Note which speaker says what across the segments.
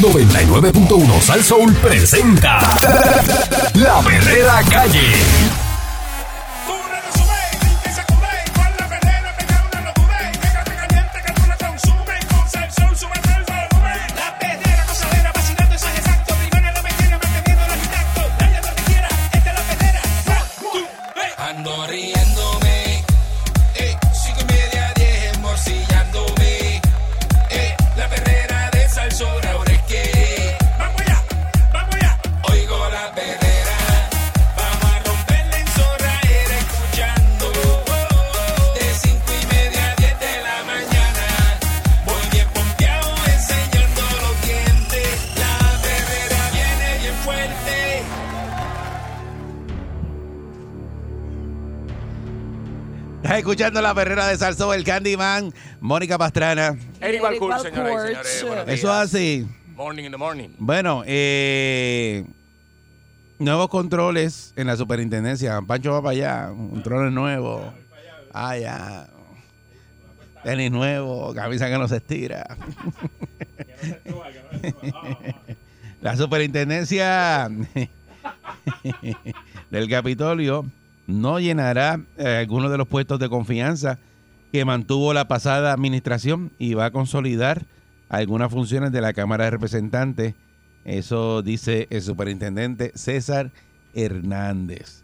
Speaker 1: 99.1 Sal Soul presenta La Verdadera Calle. eh, eh,
Speaker 2: escuchando la perrera de Salso el Candyman, Mónica Pastrana.
Speaker 3: Eric Balcourt, señoras y señores. Buenos días.
Speaker 2: Eso es así.
Speaker 3: Morning in the morning.
Speaker 2: Bueno, eh, nuevos controles en la superintendencia. Pancho va para allá, controles nuevos. Ah, ya. Tenis nuevo, camisa que no se estira. La superintendencia del Capitolio no llenará eh, algunos de los puestos de confianza que mantuvo la pasada administración y va a consolidar algunas funciones de la Cámara de Representantes. Eso dice el superintendente César Hernández.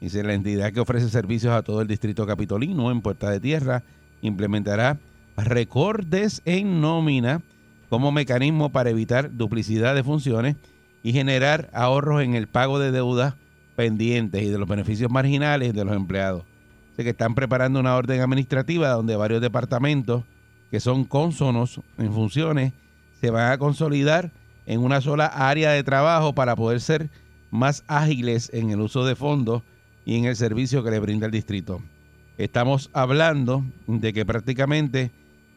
Speaker 2: Dice la entidad que ofrece servicios a todo el distrito capitolino en Puerta de Tierra implementará recortes en nómina como mecanismo para evitar duplicidad de funciones y generar ahorros en el pago de deudas pendientes y de los beneficios marginales de los empleados. Así que están preparando una orden administrativa donde varios departamentos que son cónsonos en funciones se van a consolidar en una sola área de trabajo para poder ser más ágiles en el uso de fondos y en el servicio que le brinda el distrito. Estamos hablando de que prácticamente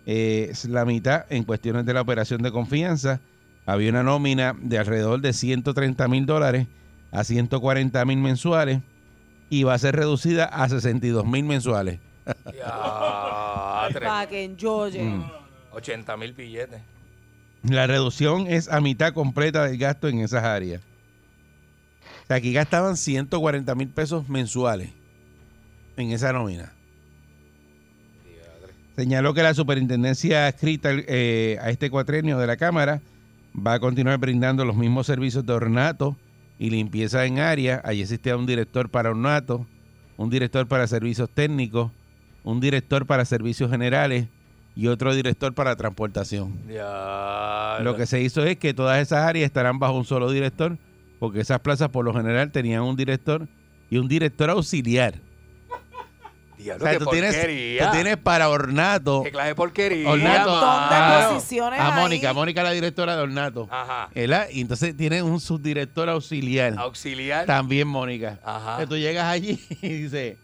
Speaker 2: eh, es la mitad en cuestiones de la operación de confianza. Había una nómina de alrededor de 130 mil dólares a 140 mil mensuales y va a ser reducida a 62 mil mensuales.
Speaker 3: Ya,
Speaker 4: Para que
Speaker 2: Mm.
Speaker 4: enjoyen.
Speaker 3: 80 mil billetes.
Speaker 2: La reducción es a mitad completa del gasto en esas áreas. O sea, aquí gastaban 140 mil pesos mensuales en esa nómina. Señaló que la superintendencia escrita eh, a este cuatrenio de la Cámara va a continuar brindando los mismos servicios de ornato, y limpieza en área. Allí existía un director para ornato, un director para servicios técnicos, un director para servicios generales y otro director para transportación.
Speaker 4: Ah,
Speaker 3: Ya,
Speaker 2: Lo que se hizo es que todas esas áreas estarán bajo un solo director, porque esas plazas por lo general tenían un director y un director auxiliar.
Speaker 3: Diablo,
Speaker 2: O sea,
Speaker 3: qué
Speaker 2: tú tienes,
Speaker 3: porquería.
Speaker 2: tú tienes para ornato
Speaker 3: Qué clase de porquería.
Speaker 2: Ornato.
Speaker 4: Eh, montón de
Speaker 2: Ah,
Speaker 4: posiciones
Speaker 2: a
Speaker 4: ahí.
Speaker 2: Mónica, Mónica la directora de ornato.
Speaker 3: Ajá.
Speaker 2: ¿verdad? Y entonces tiene un subdirector
Speaker 3: pues.
Speaker 2: auxiliar.
Speaker 3: Auxiliar.
Speaker 2: También, Mónica.
Speaker 3: Ajá.
Speaker 2: Que tú llegas allí y dice,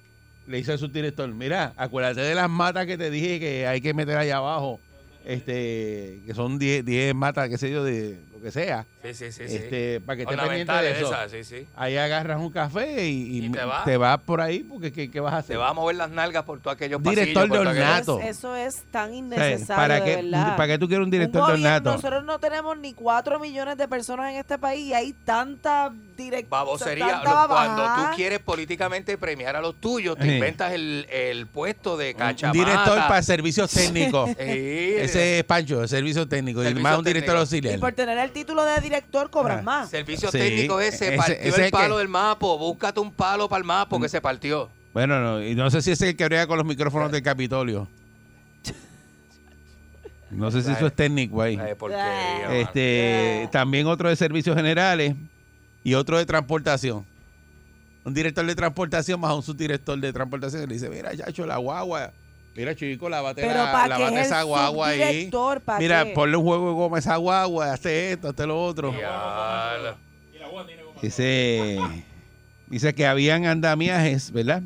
Speaker 2: le dice al subdirector, mira, acuérdate de las matas que te dije que hay que meter allá abajo. Este, que son 10 10 matas, qué sé yo, de lo que sea.
Speaker 3: Sí, sí, sí. sí.
Speaker 2: Este, para que esté pendiente de
Speaker 3: Ornamentales
Speaker 2: eso.
Speaker 3: esas, sí, sí.
Speaker 2: Ahí agarras un café y, y
Speaker 3: Y te vas.
Speaker 2: vas por ahí porque ¿qué, qué vas a hacer?
Speaker 3: Se va a mover las nalgas por todos aquellos
Speaker 2: Director
Speaker 3: pasillos. por
Speaker 2: de
Speaker 3: todo aquello-
Speaker 2: ornato.
Speaker 4: Eso, eso es tan
Speaker 2: O sea,
Speaker 4: innecesario,
Speaker 2: ¿para,
Speaker 4: de
Speaker 2: qué,
Speaker 4: verdad.
Speaker 2: ¿Para qué tú quieres un director
Speaker 4: Un
Speaker 2: de
Speaker 4: gobierno,
Speaker 2: ornato?
Speaker 4: Nosotros no tenemos ni 4 millones de personas en este país y hay tanta directa
Speaker 3: Babosería.
Speaker 4: tanta
Speaker 3: Lo- Cuando
Speaker 4: babajada.
Speaker 3: tú quieres políticamente premiar a los tuyos, te
Speaker 2: Sí.
Speaker 3: inventas el, el puesto de
Speaker 2: Un
Speaker 3: cachamata.
Speaker 2: director para servicios técnicos.
Speaker 3: Sí.
Speaker 2: Ese es Pancho, servicios técnicos. Y
Speaker 3: Servicio
Speaker 2: más un director
Speaker 3: técnico.
Speaker 4: Y
Speaker 2: auxiliar.
Speaker 4: por tener el título de director cobras
Speaker 2: Ah,
Speaker 4: más.
Speaker 3: Servicio
Speaker 2: Sí,
Speaker 3: técnico ese,
Speaker 2: ese-
Speaker 3: partió
Speaker 2: ese
Speaker 3: el
Speaker 2: que-
Speaker 3: palo del mapo, búscate un palo para el mapo que se partió.
Speaker 2: Bueno, no, y no sé si es el que brega con los micrófonos del Capitolio. No sé si eso es técnico ahí.
Speaker 3: Eh, porquería, mano.
Speaker 2: Este, también otro de servicios generales y otro de transportación. Un director de transportación más un subdirector de transportación que le dice, mira, chacho, la guagua. Mira, chico, lávate,
Speaker 4: Pero
Speaker 2: la,
Speaker 4: ¿para qué
Speaker 2: lávate
Speaker 4: es
Speaker 2: esa
Speaker 4: el
Speaker 2: guagua ahí.
Speaker 4: subdirector? ¿Para
Speaker 2: Mira,
Speaker 4: qué?
Speaker 2: ponle un juego de goma a esa guagua, hace esto, hace lo otro.
Speaker 3: Diablo.
Speaker 2: Dice, dice que habían andamiajes, ¿verdad?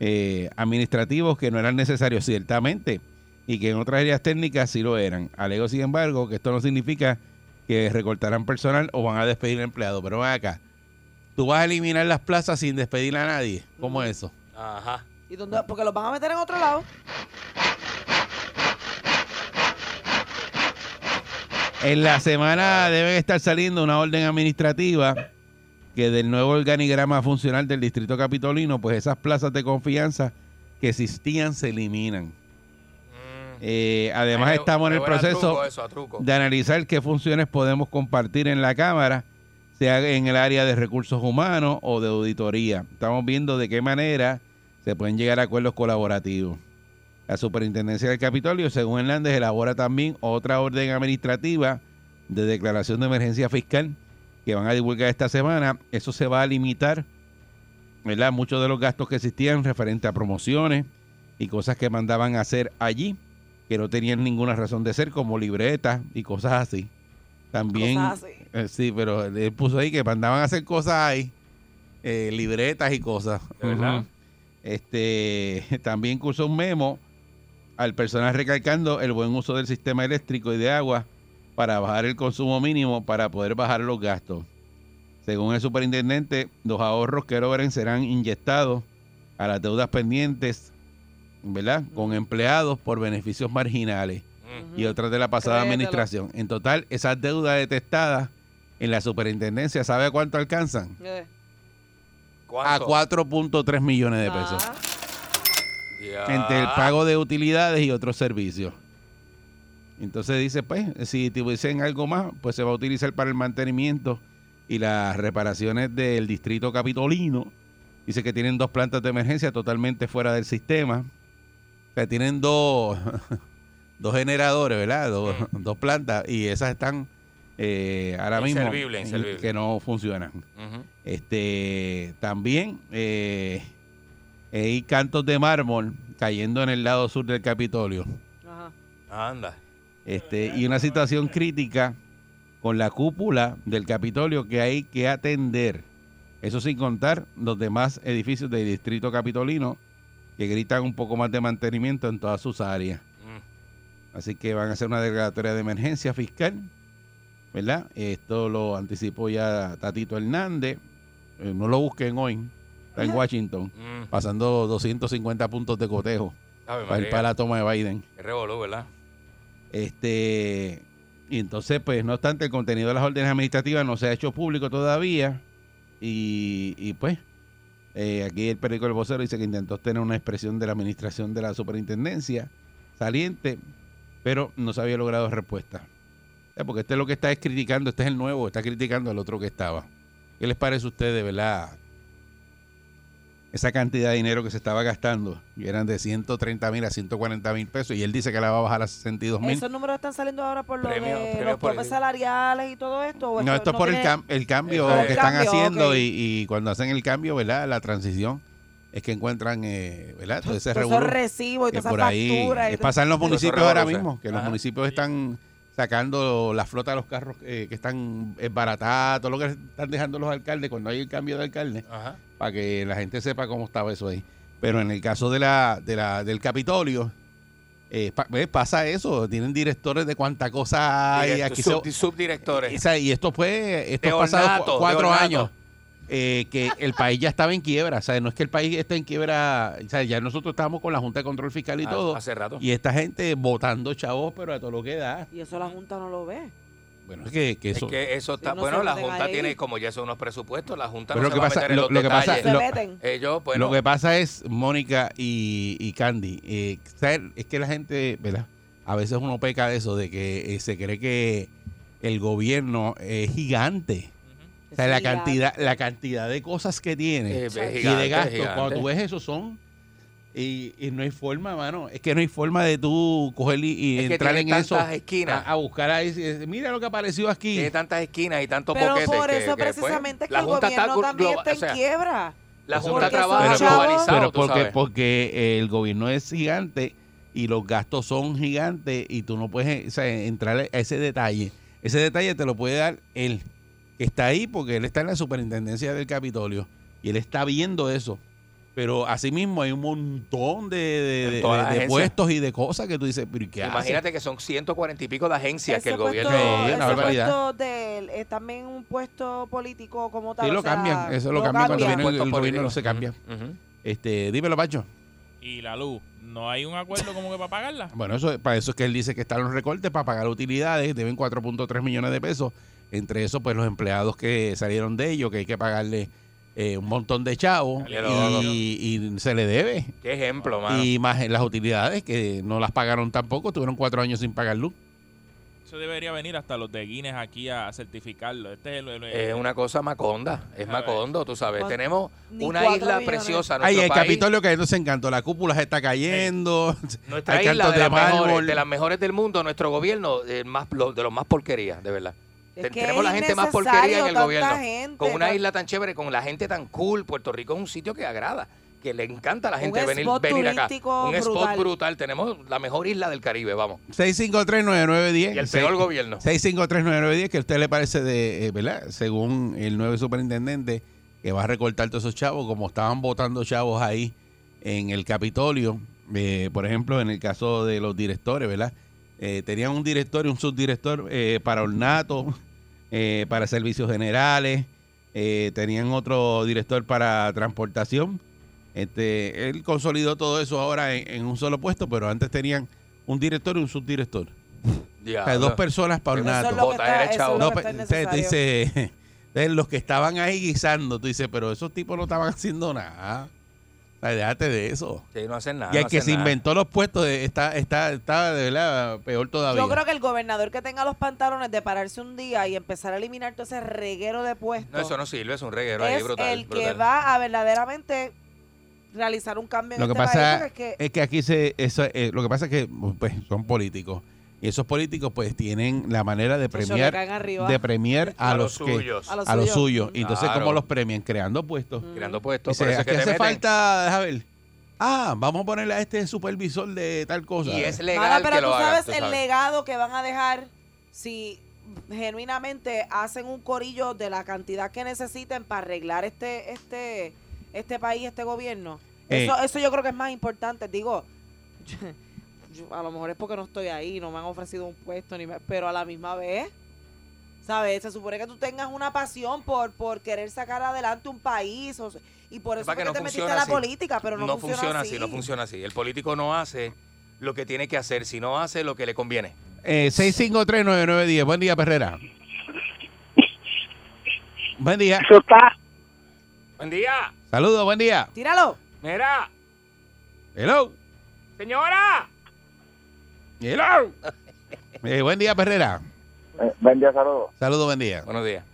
Speaker 2: Eh, administrativos que no eran necesarios, ciertamente, y que en otras áreas técnicas sí lo eran. Alego, sin embargo, que esto no significa que recortarán personal o van a despedir empleados. Pero ven acá, tú vas a eliminar las plazas sin despedir a nadie. ¿Cómo es eso?
Speaker 3: Ajá.
Speaker 4: ¿Y dónde- porque los van a meter en otro lado.
Speaker 2: En la semana debe estar saliendo una orden administrativa que del nuevo organigrama funcional del Distrito Capitolino, pues esas plazas de confianza que existían se eliminan.
Speaker 3: Mm.
Speaker 2: Eh, además
Speaker 3: Ahí le-
Speaker 2: estamos en
Speaker 3: le
Speaker 2: el
Speaker 3: huele a
Speaker 2: proceso
Speaker 3: truco eso, a truco.
Speaker 2: de analizar qué funciones podemos compartir en la Cámara, sea en el área de recursos humanos o de auditoría. Estamos viendo de qué manera se pueden llegar a acuerdos colaborativos. La Superintendencia del Capitolio, según Hernández, elabora también otra orden administrativa de declaración de emergencia fiscal que van a divulgar esta semana. Eso se va a limitar, ¿verdad? Muchos de los gastos que existían referente a promociones y cosas que mandaban a hacer allí que no tenían ninguna razón de ser, como libretas y cosas así. También,
Speaker 4: Cosas así.
Speaker 2: eh, sí, pero él puso ahí que mandaban a hacer cosas ahí, eh, libretas y cosas.
Speaker 3: ¿De verdad?
Speaker 2: Ujú. Este, también cursó un memo al personal recalcando el buen uso del sistema eléctrico y de agua para bajar el consumo mínimo para poder bajar los gastos. Según el superintendente, los ahorros que logren serán inyectados a las deudas pendientes, ¿verdad? Con empleados por beneficios marginales y otras de la pasada
Speaker 4: Créetelo.
Speaker 2: administración. En total, esas deudas detectadas en la superintendencia, ¿sabe a cuánto alcanzan?
Speaker 4: Eh,
Speaker 2: A
Speaker 3: ¿Cuánto?
Speaker 2: 4.3 millones de pesos.
Speaker 4: ah,
Speaker 3: Ya.
Speaker 2: entre el pago de utilidades y otros servicios. Entonces dice, pues, si tuviesen algo más, pues se va a utilizar para el mantenimiento y las reparaciones del distrito capitolino. Dice que tienen dos plantas de emergencia totalmente fuera del sistema. O sea, tienen dos, dos generadores, ¿verdad? Dos, dos plantas y esas están eh, ahora mismo
Speaker 3: Inservible,
Speaker 2: en-
Speaker 3: inservible.
Speaker 2: que no funcionan.
Speaker 3: Ujú.
Speaker 2: Este, también eh, hay cantos de mármol cayendo en el lado sur del Capitolio.
Speaker 4: ajá.
Speaker 3: Anda.
Speaker 2: Este, y una situación crítica con la cúpula del Capitolio que hay que atender. Eso sin contar los demás edificios del distrito capitolino que gritan un poco más de mantenimiento en todas sus áreas.
Speaker 3: Mm.
Speaker 2: Así que van a hacer una declaratoria de emergencia fiscal, ¿verdad? Esto lo anticipó ya Tatito Hernández. Eh, no lo busquen hoy. Está en Washington,
Speaker 3: Mm.
Speaker 2: pasando 250 puntos de cotejo
Speaker 3: Ave
Speaker 2: para ir
Speaker 3: María.
Speaker 2: para la toma de Biden.
Speaker 3: Qué revolú, ¿verdad?
Speaker 2: Este, y entonces, pues, no obstante, el contenido de las órdenes administrativas no se ha hecho público todavía. Y, y, pues, eh, aquí el periódico El Vocero dice que intentó obtener una expresión de la administración de la superintendencia saliente, pero no se había logrado respuesta. Eh, Porque este es lo que está es criticando, este es el nuevo, está criticando al otro que estaba. ¿Qué les parece a ustedes, verdad? Esa cantidad de dinero que se estaba gastando, y eran de 130 mil a 140 mil pesos, y él dice que la va a bajar a 62 mil.
Speaker 4: ¿Esos números están saliendo ahora por lo
Speaker 3: Premio-
Speaker 4: de
Speaker 3: premio
Speaker 4: los
Speaker 3: por-
Speaker 4: topes salariales y todo esto? o
Speaker 2: No, esto es por el,
Speaker 4: tiene-
Speaker 2: cam- el cambio
Speaker 3: Eso es.
Speaker 2: que
Speaker 3: El
Speaker 2: están
Speaker 4: cambio,
Speaker 2: haciendo
Speaker 4: ok.
Speaker 2: y, y cuando hacen el cambio, ¿verdad? La transición es que encuentran, eh, ¿verdad? Todo ese
Speaker 4: todos esos
Speaker 2: revolú
Speaker 4: recibos y
Speaker 2: que
Speaker 4: todas esas
Speaker 2: por ahí
Speaker 4: facturas. y
Speaker 2: es
Speaker 4: todo-
Speaker 2: pasar en los
Speaker 3: Todo eso
Speaker 2: municipios ahora
Speaker 3: revoluce.
Speaker 2: mismo, que los
Speaker 3: Ajá.
Speaker 2: municipios están sacando la flota de los carros eh, que están baratados, todo lo que están dejando los alcaldes cuando hay el cambio de alcalde,
Speaker 3: Ajá.
Speaker 2: para que la gente sepa cómo estaba eso ahí. Pero en el caso de la, de la del Capitolio, eh, pa- ¿ves? pasa eso, tienen directores de cuánta cosa hay,
Speaker 3: Directo-
Speaker 2: aquí se-
Speaker 3: sub- subdirectores.
Speaker 2: o sea, y esto fue estos
Speaker 3: De
Speaker 2: pasados
Speaker 3: ornato,
Speaker 2: cu- cuatro
Speaker 3: de ornato.
Speaker 2: años eh, que el país ya estaba en quiebra. O sea, no es que el país esté en quiebra. O sea, ya nosotros estábamos con la Junta de Control Fiscal y
Speaker 3: Ha-
Speaker 2: todo.
Speaker 3: Hace rato.
Speaker 2: Y esta gente votando chavos, pero a todo lo que da.
Speaker 4: Y eso la Junta no lo ve.
Speaker 2: Bueno, es que, que eso.
Speaker 3: Es que eso está.
Speaker 4: no
Speaker 3: bueno,
Speaker 4: se
Speaker 3: la
Speaker 4: meten
Speaker 3: Junta
Speaker 4: ahí.
Speaker 3: tiene, como ya son unos presupuestos, la Junta no
Speaker 2: Pero lo
Speaker 3: se
Speaker 2: que
Speaker 3: va a
Speaker 2: pasa-
Speaker 3: meter en
Speaker 2: lo-
Speaker 3: los
Speaker 2: lo que pasa-
Speaker 3: detalles.
Speaker 4: Se
Speaker 2: lo-
Speaker 4: meten.
Speaker 3: Ellos, bueno,
Speaker 2: Lo que pasa es, Mónica y, y Candy, eh, saber- es que la gente, ¿verdad? A veces uno peca de eso, de que eh, se cree que el gobierno es gigante. O sea, la
Speaker 4: Sí, ya.
Speaker 2: cantidad, la cantidad de cosas que tiene.
Speaker 3: eh, es
Speaker 2: y
Speaker 3: gigante,
Speaker 2: de gastos.
Speaker 3: gigante.
Speaker 2: Cuando tú ves eso son. Y, y no hay forma, mano. Es que no hay forma de tú coger y, y
Speaker 3: Es que
Speaker 2: entrar en
Speaker 3: tiene
Speaker 2: eso.
Speaker 3: tantas esquinas.
Speaker 2: A, a buscar ahí. si es- Mira lo que apareció aquí.
Speaker 3: tiene tantas esquinas y tantos
Speaker 4: Pero
Speaker 3: boquetes.
Speaker 4: por
Speaker 3: que-
Speaker 4: eso
Speaker 3: que, pues,
Speaker 4: precisamente es que
Speaker 3: la
Speaker 4: el
Speaker 3: Junta está
Speaker 4: gobierno
Speaker 3: glo-
Speaker 4: también
Speaker 3: globa-
Speaker 4: está en
Speaker 3: o sea,
Speaker 4: quiebra.
Speaker 3: La
Speaker 2: Eso
Speaker 3: Junta
Speaker 4: porque son
Speaker 3: trabaja
Speaker 4: chavos.
Speaker 3: globalizado,
Speaker 2: pero
Speaker 3: tú
Speaker 2: porque,
Speaker 3: sabes.
Speaker 2: porque el gobierno es gigante y los gastos son gigantes y tú no puedes o sea, entrar a ese detalle. Ese detalle te lo puede dar él, que está ahí porque él está en la superintendencia del Capitolio y él está viendo eso. Pero asimismo hay un montón de, de-
Speaker 3: En todas
Speaker 2: de-
Speaker 3: las
Speaker 2: de
Speaker 3: agencias.
Speaker 2: puestos y de cosas que tú dices, pero ¿y qué hace?
Speaker 3: Imagínate que son 140 y pico de agencias que el
Speaker 4: Ese
Speaker 3: gobierno.
Speaker 4: puesto-
Speaker 2: Sí, una
Speaker 4: ese
Speaker 2: barbaridad.
Speaker 4: puesto de él es también un puesto político como tal.
Speaker 2: Sí,
Speaker 4: o
Speaker 2: lo
Speaker 4: sea,
Speaker 2: cambian, eso lo cambian cuando
Speaker 3: Los
Speaker 2: viene el- el
Speaker 3: puestos
Speaker 2: gobierno, no
Speaker 3: políticos.
Speaker 2: se cambia.
Speaker 3: Ujú, ujú.
Speaker 2: Este, dímelo, Pacho.
Speaker 5: y la luz no hay un acuerdo como que para pagarla.
Speaker 2: Bueno, eso, para eso es que él dice que están los recortes para pagar utilidades, deben 4.3 millones de pesos. Entre eso, pues los empleados que salieron de ellos, que hay que pagarle eh, un montón de chavos y,
Speaker 3: Salieron.
Speaker 2: y se le debe.
Speaker 3: Qué ejemplo, mano.
Speaker 2: Y más las utilidades que no las pagaron tampoco, tuvieron cuatro años sin pagar luz.
Speaker 5: Eso debería venir hasta los de Guinness aquí a certificarlo. Este es el, el-
Speaker 3: Es una cosa maconda, es macondo, tú sabes.
Speaker 4: Cuatro-
Speaker 3: Tenemos
Speaker 4: ni
Speaker 3: una
Speaker 4: cuatro
Speaker 3: isla
Speaker 4: millones.
Speaker 3: preciosa,
Speaker 2: Ay,
Speaker 3: nuestro
Speaker 2: el
Speaker 3: país,
Speaker 2: Capitolio cayendo se encantó, la cúpula se está cayendo,
Speaker 3: nuestra
Speaker 2: hay
Speaker 3: isla
Speaker 2: cantos
Speaker 3: de,
Speaker 2: de
Speaker 3: las mejores,
Speaker 2: mármol.
Speaker 3: de las mejores del mundo, nuestro gobierno eh, más, lo- de los más porquerías, de verdad.
Speaker 4: Es
Speaker 3: Ten-
Speaker 4: que
Speaker 3: tenemos
Speaker 4: es
Speaker 3: la gente más porquería
Speaker 4: innecesario
Speaker 3: en el
Speaker 4: tanta
Speaker 3: gobierno.
Speaker 4: gente, pues.
Speaker 3: con una
Speaker 4: tan-
Speaker 3: isla tan chévere, con la gente tan cool, Puerto Rico es un sitio que agrada, que le encanta a la gente
Speaker 4: Un
Speaker 3: venir,
Speaker 4: spot
Speaker 3: venir acá.
Speaker 4: turístico
Speaker 3: Un spot
Speaker 4: brutal.
Speaker 3: brutal, tenemos la mejor isla del Caribe, vamos.
Speaker 2: 6539910.
Speaker 3: Y el peor
Speaker 2: Seis-
Speaker 3: gobierno.
Speaker 2: 6539910, que a usted le parece de, eh, ¿verdad? Según el nuevo superintendente, que va a recortar todos esos chavos, como estaban votando chavos ahí en el Capitolio, eh, por ejemplo, en el caso de los directores, ¿verdad? Eh, tenían un director y un subdirector eh, para ornato, eh, para servicios generales, eh, tenían otro director para transportación. Este, él consolidó todo eso ahora en- en un solo puesto, pero antes tenían un director y un subdirector. O sea,
Speaker 3: Diablo.
Speaker 2: dos personas para un
Speaker 3: Eso
Speaker 4: Eso es
Speaker 2: nato.
Speaker 4: lo que
Speaker 3: Bota
Speaker 4: está-
Speaker 3: derecha,
Speaker 4: eso es lo
Speaker 2: No,
Speaker 4: que está
Speaker 2: pe- te- te
Speaker 4: innecesario.
Speaker 2: dice, de los que estaban ahí guisando, tú dices, pero esos tipos no estaban haciendo nada. O sea, déjate de eso.
Speaker 3: Sí, no hacen nada.
Speaker 2: y el
Speaker 3: no
Speaker 2: que
Speaker 3: hacen
Speaker 2: se
Speaker 3: nada.
Speaker 2: inventó los puestos eh, está, está, está de verdad peor todavía.
Speaker 4: Yo creo que el gobernador que tenga los pantalones de pararse un día y empezar a eliminar todo ese reguero de puestos
Speaker 3: No, eso no sirve, es un reguero ahí
Speaker 4: es
Speaker 3: brutal.
Speaker 4: el que
Speaker 3: brutal.
Speaker 4: va a verdaderamente realizar un cambio en
Speaker 2: lo que
Speaker 4: este
Speaker 2: pasa
Speaker 4: país. porque es que-
Speaker 2: es que aquí se, eso, eh, lo que pasa es que pues, son políticos. Y esos políticos pues tienen la manera de
Speaker 4: Chacho, le
Speaker 2: premiar,
Speaker 4: caen arriba.
Speaker 2: de premiar a, los, que,
Speaker 3: suyos.
Speaker 4: a los
Speaker 2: a los
Speaker 4: suyos. Mm.
Speaker 2: suyos. Y entonces,
Speaker 3: Claro.
Speaker 2: ¿cómo los premian? Creando puestos.
Speaker 3: Creando puestos.
Speaker 2: Dice,
Speaker 3: Por eso es
Speaker 2: aquí
Speaker 3: que te
Speaker 2: hace
Speaker 3: meten.
Speaker 2: falta, déjame ver. Ah, vamos a ponerle a este supervisor de tal cosa.
Speaker 3: Y es
Speaker 4: Mano,
Speaker 3: legal
Speaker 4: pero
Speaker 3: que lo
Speaker 4: tú
Speaker 3: hagan,
Speaker 4: sabes
Speaker 3: tú
Speaker 4: el
Speaker 3: sabes.
Speaker 4: legado que van a dejar si genuinamente hacen un corillo de la cantidad que necesiten para arreglar este este este país, este gobierno.
Speaker 2: Eh.
Speaker 4: Eso, eso yo creo que es más importante. Digo, yo- a lo mejor es porque no estoy ahí, no me han ofrecido un puesto, ni me- pero a la misma vez, ¿sabes? Se supone que tú tengas una pasión por, por querer sacar adelante un país o se- y por
Speaker 3: Lo
Speaker 4: eso
Speaker 3: que pasa
Speaker 4: fue
Speaker 3: es que
Speaker 4: que
Speaker 3: no
Speaker 4: te metiste
Speaker 3: funciona
Speaker 4: a la
Speaker 3: así.
Speaker 4: política, pero no, funciona, así.
Speaker 3: no funciona así. El político no hace lo que tiene que hacer, sino hace lo que le conviene.
Speaker 2: Eh, 6539910. Buen día, Perrera. Buen día.
Speaker 6: Eso está.
Speaker 3: Buen día.
Speaker 2: Saludos, buen día.
Speaker 4: Tíralo.
Speaker 3: Mira,
Speaker 2: Hello.
Speaker 3: señora.
Speaker 2: Hello. Eh, buen día, Perrera.
Speaker 6: Eh, Buen día, saludos.
Speaker 2: Saludos, buen día.
Speaker 3: Buenos días.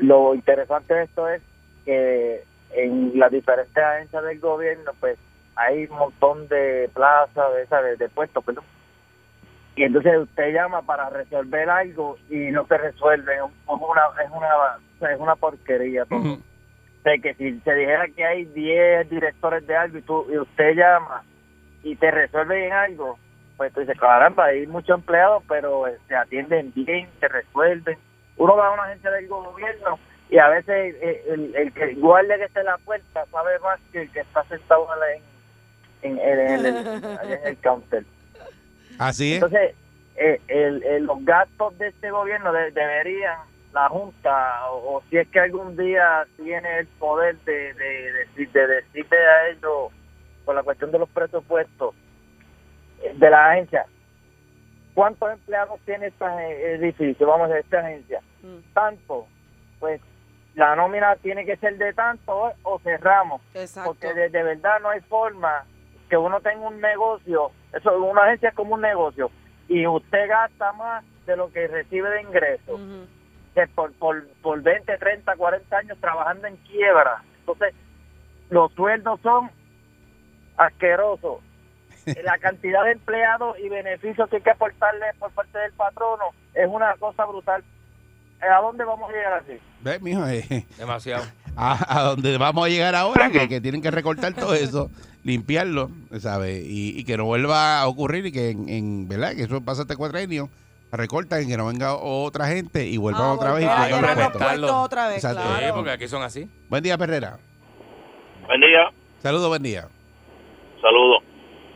Speaker 6: Lo interesante de esto es que en las diferentes agencias del gobierno, pues hay un montón de plazas, de, esas, de, de puestos, perdón. Y entonces usted llama para resolver algo y no se resuelve. Es una, es una, es una porquería
Speaker 1: Mm.
Speaker 6: todo. de que si se dijera que hay 10 directores de algo y, tú, y usted llama y te resuelven en algo, pues tú dices, caramba, hay muchos empleados, pero eh, se atienden bien, se resuelven. Uno va a una agencia del gobierno y a veces eh, el, el que guardia que está en la puerta sabe más que el que está sentado en, en- en- en el- en el counter.
Speaker 2: Así es.
Speaker 6: Entonces, eh, el- el- los gastos de este gobierno de- deberían la Junta, o, o si es que algún día tiene el poder de, de, decir- de decirle a ellos con la cuestión de los presupuestos eh, de la agencia, ¿cuántos empleados tiene este edificio? Vamos a decir, esta agencia.
Speaker 4: Mm,
Speaker 6: Tanto, pues la nómina tiene que ser de tanto o- o cerramos
Speaker 4: Exacto.
Speaker 6: porque de, de verdad no hay forma que uno tenga un negocio, eso una agencia es como un negocio, y usted gasta más de lo que recibe de ingresos,
Speaker 4: Ujú.
Speaker 6: que por, por, por 20, 30, 40 años trabajando en quiebra. Entonces, los sueldos son asquerosos. La cantidad de empleados y beneficios que hay que aportarle por parte del patrono es una cosa brutal. ¿A dónde vamos a llegar así?
Speaker 2: Ve, mijo, eh,
Speaker 3: Demasiado.
Speaker 2: a, a donde vamos a llegar ahora, que, que tienen que recortar todo eso, limpiarlo, ¿sabes? Y, y que no vuelva a ocurrir y que, en, en- ¿verdad? Que eso pasa este cuatrenio, recortan y que no venga otra gente y vuelvan
Speaker 4: Ah,
Speaker 2: otra vez y
Speaker 4: volver a
Speaker 2: traigan
Speaker 4: llenar
Speaker 2: otro
Speaker 4: los
Speaker 2: puesto.
Speaker 4: puestos otra vez,
Speaker 2: Exacto.
Speaker 4: claro.
Speaker 3: Sí, porque aquí son así.
Speaker 2: Buen día, Perrera.
Speaker 7: Buen día,
Speaker 2: Saludos, buen día.
Speaker 7: saludos.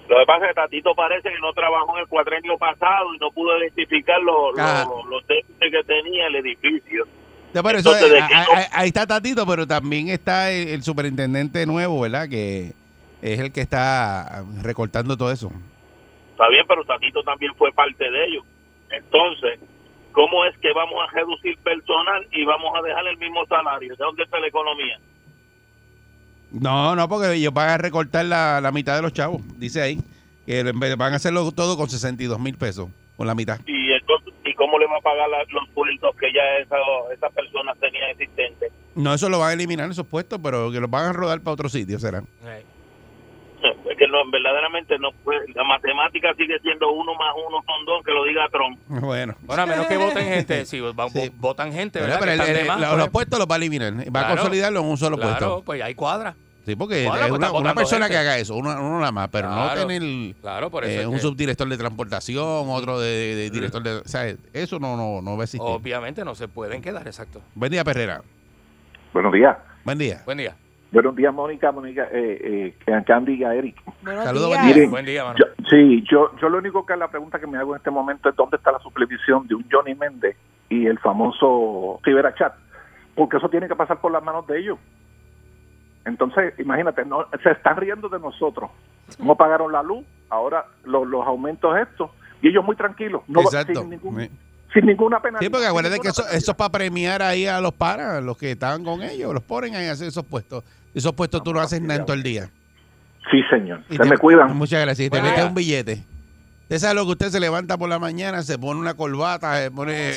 Speaker 7: Lo que pasa es que Tatito parece que no trabajó en el cuatrenio pasado y no pudo identificar los
Speaker 2: Ah.
Speaker 7: los- los déficits que tenía el edificio.
Speaker 2: Ya, pero eso,
Speaker 7: Entonces,
Speaker 2: eh,
Speaker 7: ¿de qué
Speaker 2: ah,
Speaker 7: co-
Speaker 2: ah, ahí está Tatito, pero también está el, el superintendente nuevo, ¿verdad? Que, es el que está recortando todo eso.
Speaker 7: Está bien, pero Tatito también fue parte de ello. Entonces, ¿cómo es que vamos a reducir personal y vamos a dejar el mismo salario? ¿De dónde está la economía?
Speaker 2: No, no, porque ellos van a recortar la, la mitad de los chavos, dice ahí, que en vez- van a hacerlo todo con 62 mil pesos, con la mitad.
Speaker 7: ¿Y, entonces, ¿y cómo le va a pagar la- los sueldos que ya esas esa personas tenían existentes?
Speaker 2: No, eso lo van a eliminar esos puestos, pero que los van a rodar para otro sitio, será.
Speaker 7: Es que no, verdaderamente no puede- la matemática sigue siendo uno más uno son dos, que lo diga Trump.
Speaker 2: Bueno.
Speaker 3: Bueno, a menos que voten gente. Sí, va- vo- votan gente,
Speaker 2: Pero,
Speaker 3: ¿verdad?
Speaker 2: pero
Speaker 3: Que
Speaker 2: el-
Speaker 3: están de
Speaker 2: el-
Speaker 3: más,
Speaker 2: los,
Speaker 3: pues.
Speaker 2: los puestos los va a eliminar, va a
Speaker 3: Claro.
Speaker 2: consolidarlo en un solo
Speaker 3: Claro,
Speaker 2: puesto.
Speaker 3: pues ahí cuadra.
Speaker 2: Sí, porque
Speaker 3: Bueno, pues
Speaker 2: es una,
Speaker 3: están
Speaker 2: una
Speaker 3: votando
Speaker 2: persona
Speaker 3: gente.
Speaker 2: que haga eso, una, uno nada más, pero
Speaker 3: Claro.
Speaker 2: no tener
Speaker 3: Claro, por eso.
Speaker 2: eh,
Speaker 3: es
Speaker 2: un
Speaker 3: que-
Speaker 2: subdirector de transportación, otro de, de- de director de... ¿sabes? Eso no, no, no va a existir.
Speaker 3: obviamente no se pueden quedar, exacto.
Speaker 2: Buen día, Perrera.
Speaker 8: Buenos días.
Speaker 2: Buen día.
Speaker 3: Buen día.
Speaker 8: Buenos días, Mónica, Mónica, eh, eh, Candy y a Eric.
Speaker 4: Buenos
Speaker 2: Saludos,
Speaker 4: días.
Speaker 2: buen día.
Speaker 8: Miren,
Speaker 3: Buen día, mano.
Speaker 8: Yo- sí, yo, yo lo único que la pregunta que me hago en este momento es dónde está la supervisión de un Johnny Méndez y el famoso Ciberachat, porque eso tiene que pasar por las manos de ellos. Entonces, imagínate, no, se están riendo de nosotros. No pagaron la luz, ahora los, los aumentos estos, y ellos muy tranquilos, no,
Speaker 2: Exacto.
Speaker 8: sin, ningún-
Speaker 2: Sí.
Speaker 8: sin ninguna penalidad.
Speaker 2: Sí, porque
Speaker 8: sin
Speaker 2: acuérdate que
Speaker 8: ninguna
Speaker 2: eso,
Speaker 8: penalidad.
Speaker 2: eso es para premiar ahí a los paras, los que estaban con ellos, los ponen ahí a hacer esos puestos. Esos puestos tú no haces nada en todo el día.
Speaker 8: Sí, señor.
Speaker 2: Y
Speaker 8: Se
Speaker 2: te-
Speaker 8: me cuidan.
Speaker 2: Muchas gracias. Y te
Speaker 3: Buen
Speaker 2: mete
Speaker 3: día.
Speaker 2: un billete. Usted sabe lo que usted se levanta por la mañana, se pone una corbata, se pone,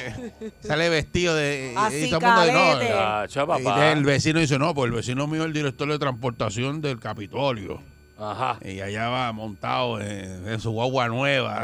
Speaker 2: sale vestido de...
Speaker 4: Así,
Speaker 2: de
Speaker 4: calete.
Speaker 3: Ah, chao,
Speaker 2: eh, Y
Speaker 3: papá.
Speaker 2: el vecino dice, no, pues el vecino mío es el director de transportación del Capitolio.
Speaker 3: Ajá.
Speaker 2: Y allá va montado en, en su guagua nueva.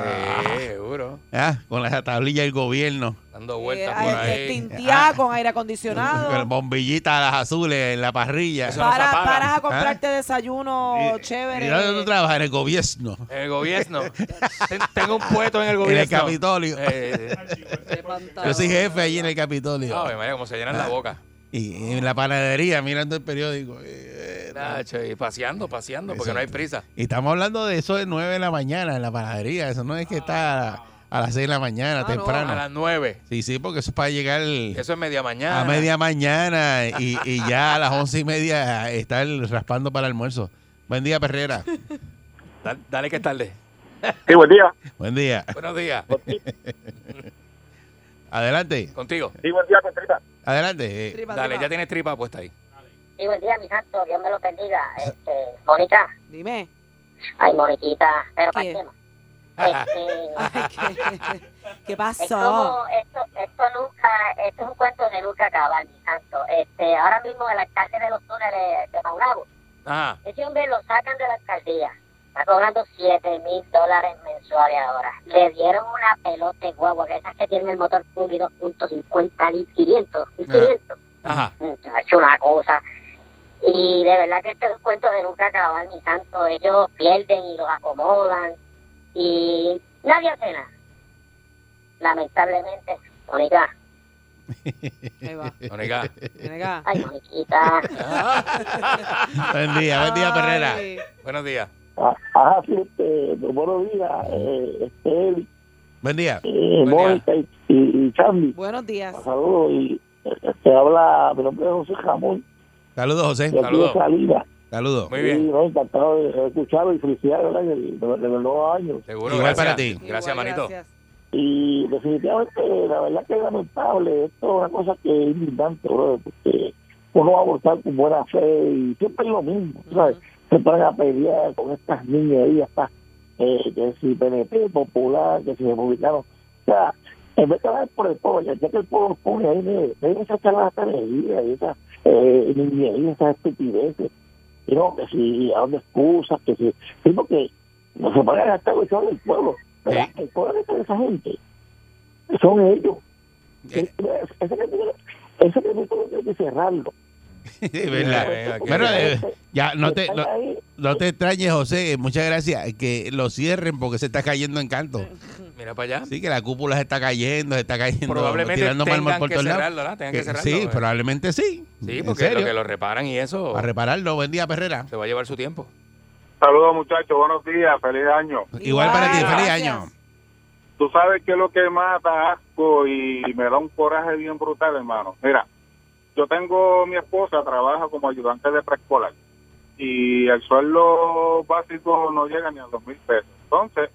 Speaker 3: Eh, seguro.
Speaker 2: Ah, con la tablilla del gobierno.
Speaker 3: Dando
Speaker 4: Eh,
Speaker 3: vueltas
Speaker 4: ay,
Speaker 3: por
Speaker 4: eh,
Speaker 3: ahí.
Speaker 4: tintea
Speaker 2: Ah.
Speaker 4: con aire
Speaker 2: Con
Speaker 4: acondicionado.
Speaker 2: bombillitas las azules en la parrilla.
Speaker 3: Eso no se
Speaker 4: Para,
Speaker 3: apaga.
Speaker 2: ¿Eh?
Speaker 4: paras a comprarte desayuno
Speaker 2: Y-
Speaker 4: chévere.
Speaker 2: ¿Y dónde tú trabajas? En el gobierno.
Speaker 3: En el gobierno. Ten- Tengo un puesto en el
Speaker 2: En
Speaker 3: gobierno.
Speaker 2: el Capitolio.
Speaker 3: Eh, Ah,
Speaker 4: Qué pantalón.
Speaker 2: Yo soy jefe allí en el Capitolio.
Speaker 3: ave María, como se llenan
Speaker 2: Ah,
Speaker 3: la boca.
Speaker 2: Y en la panadería mirando el periódico. Eh,
Speaker 3: Nacho, y paseando, paseando, porque
Speaker 2: Exacto.
Speaker 3: no hay prisa.
Speaker 2: Y estamos hablando de eso de 9 de la mañana en la panadería. Eso no es que está a, a las 6 de la mañana,
Speaker 4: no,
Speaker 2: temprano.
Speaker 3: Ah, A las nueve.
Speaker 2: Sí, sí, porque eso es para llegar
Speaker 3: Eso es media mañana.
Speaker 2: a media mañana y, y ya a las 11 y media estar raspando para el almuerzo. Buen día, Perrera.
Speaker 3: Dale, dale que es tarde.
Speaker 9: Sí, buen día.
Speaker 2: Buen día.
Speaker 3: Buenos días.
Speaker 2: Adelante,
Speaker 3: Contigo.
Speaker 9: Sí, buen día, Contrita.
Speaker 2: adelante. Eh,
Speaker 4: Tripa,
Speaker 3: Dale,
Speaker 4: tripa.
Speaker 3: ya tienes tripa puesta ahí.
Speaker 10: Sí, buen día, mi santo. Dios me lo bendiga. Este, Mónica.
Speaker 4: Dime.
Speaker 10: Ay, Moniquita. Pero para
Speaker 4: ¿Qué?
Speaker 10: el tema. Este,
Speaker 4: Ay, ¿qué, qué
Speaker 10: es
Speaker 4: pasó?
Speaker 10: como, esto, esto nunca, esto es un cuento de nunca acabar, mi santo. Este, ahora mismo el alcalde de los túneles de Maunabo,
Speaker 3: Ajá.
Speaker 10: ese hombre lo sacan de la alcaldía. Está cobrando 7 mil dólares mensuales ahora. Le dieron una pelota de guagua, que esas que tienen el motor público 2.50 y 500, y 500.
Speaker 3: Ajá.
Speaker 10: ha hecho una cosa. Y de verdad que este es un cuento de nunca acabar, mi santo. Ellos pierden y los acomodan. Y nadie hace nada. Lamentablemente. Mónica,
Speaker 4: Ahí va.
Speaker 3: Mónica.
Speaker 4: Ven acá.
Speaker 10: ay, Moniquita.
Speaker 2: Buen día, buen día, Perrera.
Speaker 4: Ay,
Speaker 3: Buenos días.
Speaker 9: Ah, Ajá, sí, este, buenos días, eh, este, Eli,
Speaker 2: Buen día.
Speaker 9: eh,
Speaker 3: Buen
Speaker 9: Mónica y, y, y Candy.
Speaker 4: Buenos días.
Speaker 9: Saludos y eh, te habla, mi nombre es José Jamón,
Speaker 2: Saludos, José.
Speaker 9: de aquí de
Speaker 3: Saludos.
Speaker 9: Salinas.
Speaker 2: Saludos.
Speaker 3: Muy
Speaker 9: Y
Speaker 3: bien.
Speaker 9: no, encantado de escucharlo y felicidades, ¿verdad? De, de, de los nuevos años.
Speaker 3: Seguro.
Speaker 2: Igual
Speaker 3: gracias.
Speaker 2: para ti.
Speaker 3: Gracias,
Speaker 4: Igual,
Speaker 3: manito.
Speaker 4: gracias.
Speaker 9: Y definitivamente, la verdad que es lamentable. Esto es una cosa que es indignante, bro, porque uno va a votar con buena fe y siempre es lo mismo, ¿sabes? Se ponen a pelear con estas niñerías, estas, eh, que si PNP, Popular, que si Republicano. O sea, en vez de hablar por el pueblo, ya que el pueblo los pone ahí, miren, miren esas charlatanerías y esas eh, niñerías, esas estupideces. Y no, que si, a dónde excusas, que si. Sí, porque no se ponen a gastar cuestión del pueblo. ¿verdad? El pueblo es de esa gente. Son ellos.
Speaker 2: Eh.
Speaker 9: Ese capítulo ese capítulo hay que cerrarlo.
Speaker 2: Sí, verdad.
Speaker 3: Venga, aquí.
Speaker 2: Bueno,
Speaker 9: Porque
Speaker 2: eh, ya, no te,
Speaker 9: están
Speaker 2: no,
Speaker 9: ahí,
Speaker 2: no te extrañes, José. eh, Muchas gracias. Que lo cierren porque se está cayendo en canto.
Speaker 3: Mira para allá.
Speaker 2: Sí, que la cúpula se está cayendo, se está cayendo,
Speaker 3: Probablemente
Speaker 2: tirando mármol
Speaker 3: tengan
Speaker 2: por
Speaker 3: que
Speaker 2: todos lados.
Speaker 3: cerrarlo, ¿verdad? Tengan que
Speaker 2: Que-
Speaker 3: cerrarlo.
Speaker 2: sí,
Speaker 3: eh.
Speaker 2: probablemente sí.
Speaker 3: Sí,
Speaker 2: En
Speaker 3: porque lo
Speaker 2: serio.
Speaker 3: que lo reparan y eso
Speaker 2: A repararlo. Buen día, Perrera.
Speaker 3: se va a llevar su tiempo.
Speaker 11: Saludos muchachos, buenos días, feliz año.
Speaker 2: Igual para ti. Feliz
Speaker 4: gracias.
Speaker 2: año.
Speaker 11: Tú sabes que es lo que más da asco y me da un coraje bien brutal, hermano. Mira, yo tengo mi esposa, trabaja como ayudante de preescolar. y el sueldo básico no llega ni a los mil pesos. Entonces,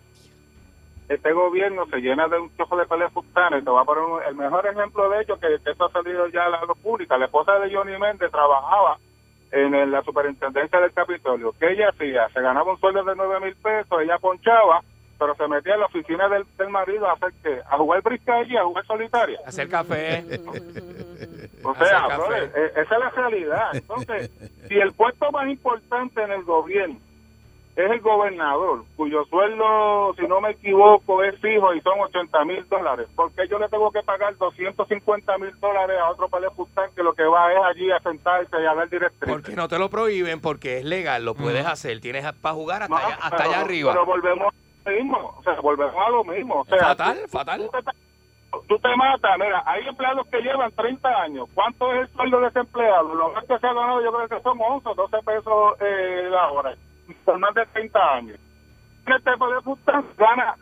Speaker 11: este gobierno se llena de un chojo de peleas fustanes. Te voy a poner un- el mejor ejemplo de ello, que, que eso ha salido ya a la luz pública. La esposa de Johnny Méndez trabajaba en el- la superintendencia del Capitolio. ¿Qué ella hacía? Se ganaba un sueldo de nueve mil pesos, ella ponchaba, pero se metía en la oficina del, del marido a hacer qué? A jugar brisca allí, a jugar solitaria.
Speaker 3: Hacer café.
Speaker 11: O
Speaker 3: Hacer
Speaker 11: sea,
Speaker 3: café.
Speaker 11: brother, eh, esa es la realidad. Entonces, si el puesto más importante en el gobierno es el gobernador, cuyo sueldo, si no me equivoco, es fijo y son 80 mil dólares, ¿por qué yo le tengo que pagar 250 mil dólares a otro palefustán que lo que va es allí a sentarse y a ver directrices?
Speaker 3: Que no te lo prohíben porque es legal, lo puedes hacer. Tienes para jugar hasta,
Speaker 11: No,
Speaker 3: allá, hasta
Speaker 11: pero-
Speaker 3: allá arriba.
Speaker 11: Pero volvemos a lo mismo, o sea, volvemos a lo mismo. O sea,
Speaker 3: Fatal,
Speaker 11: tú-
Speaker 3: fatal.
Speaker 11: Tú te, tú te matas, mira, hay empleados que llevan 30 años. ¿Cuánto es el sueldo de ese empleado? Lo más que se ha ganado yo creo que son 11 o 12 pesos eh, la hora, por más de 30 años. Este poder puta gana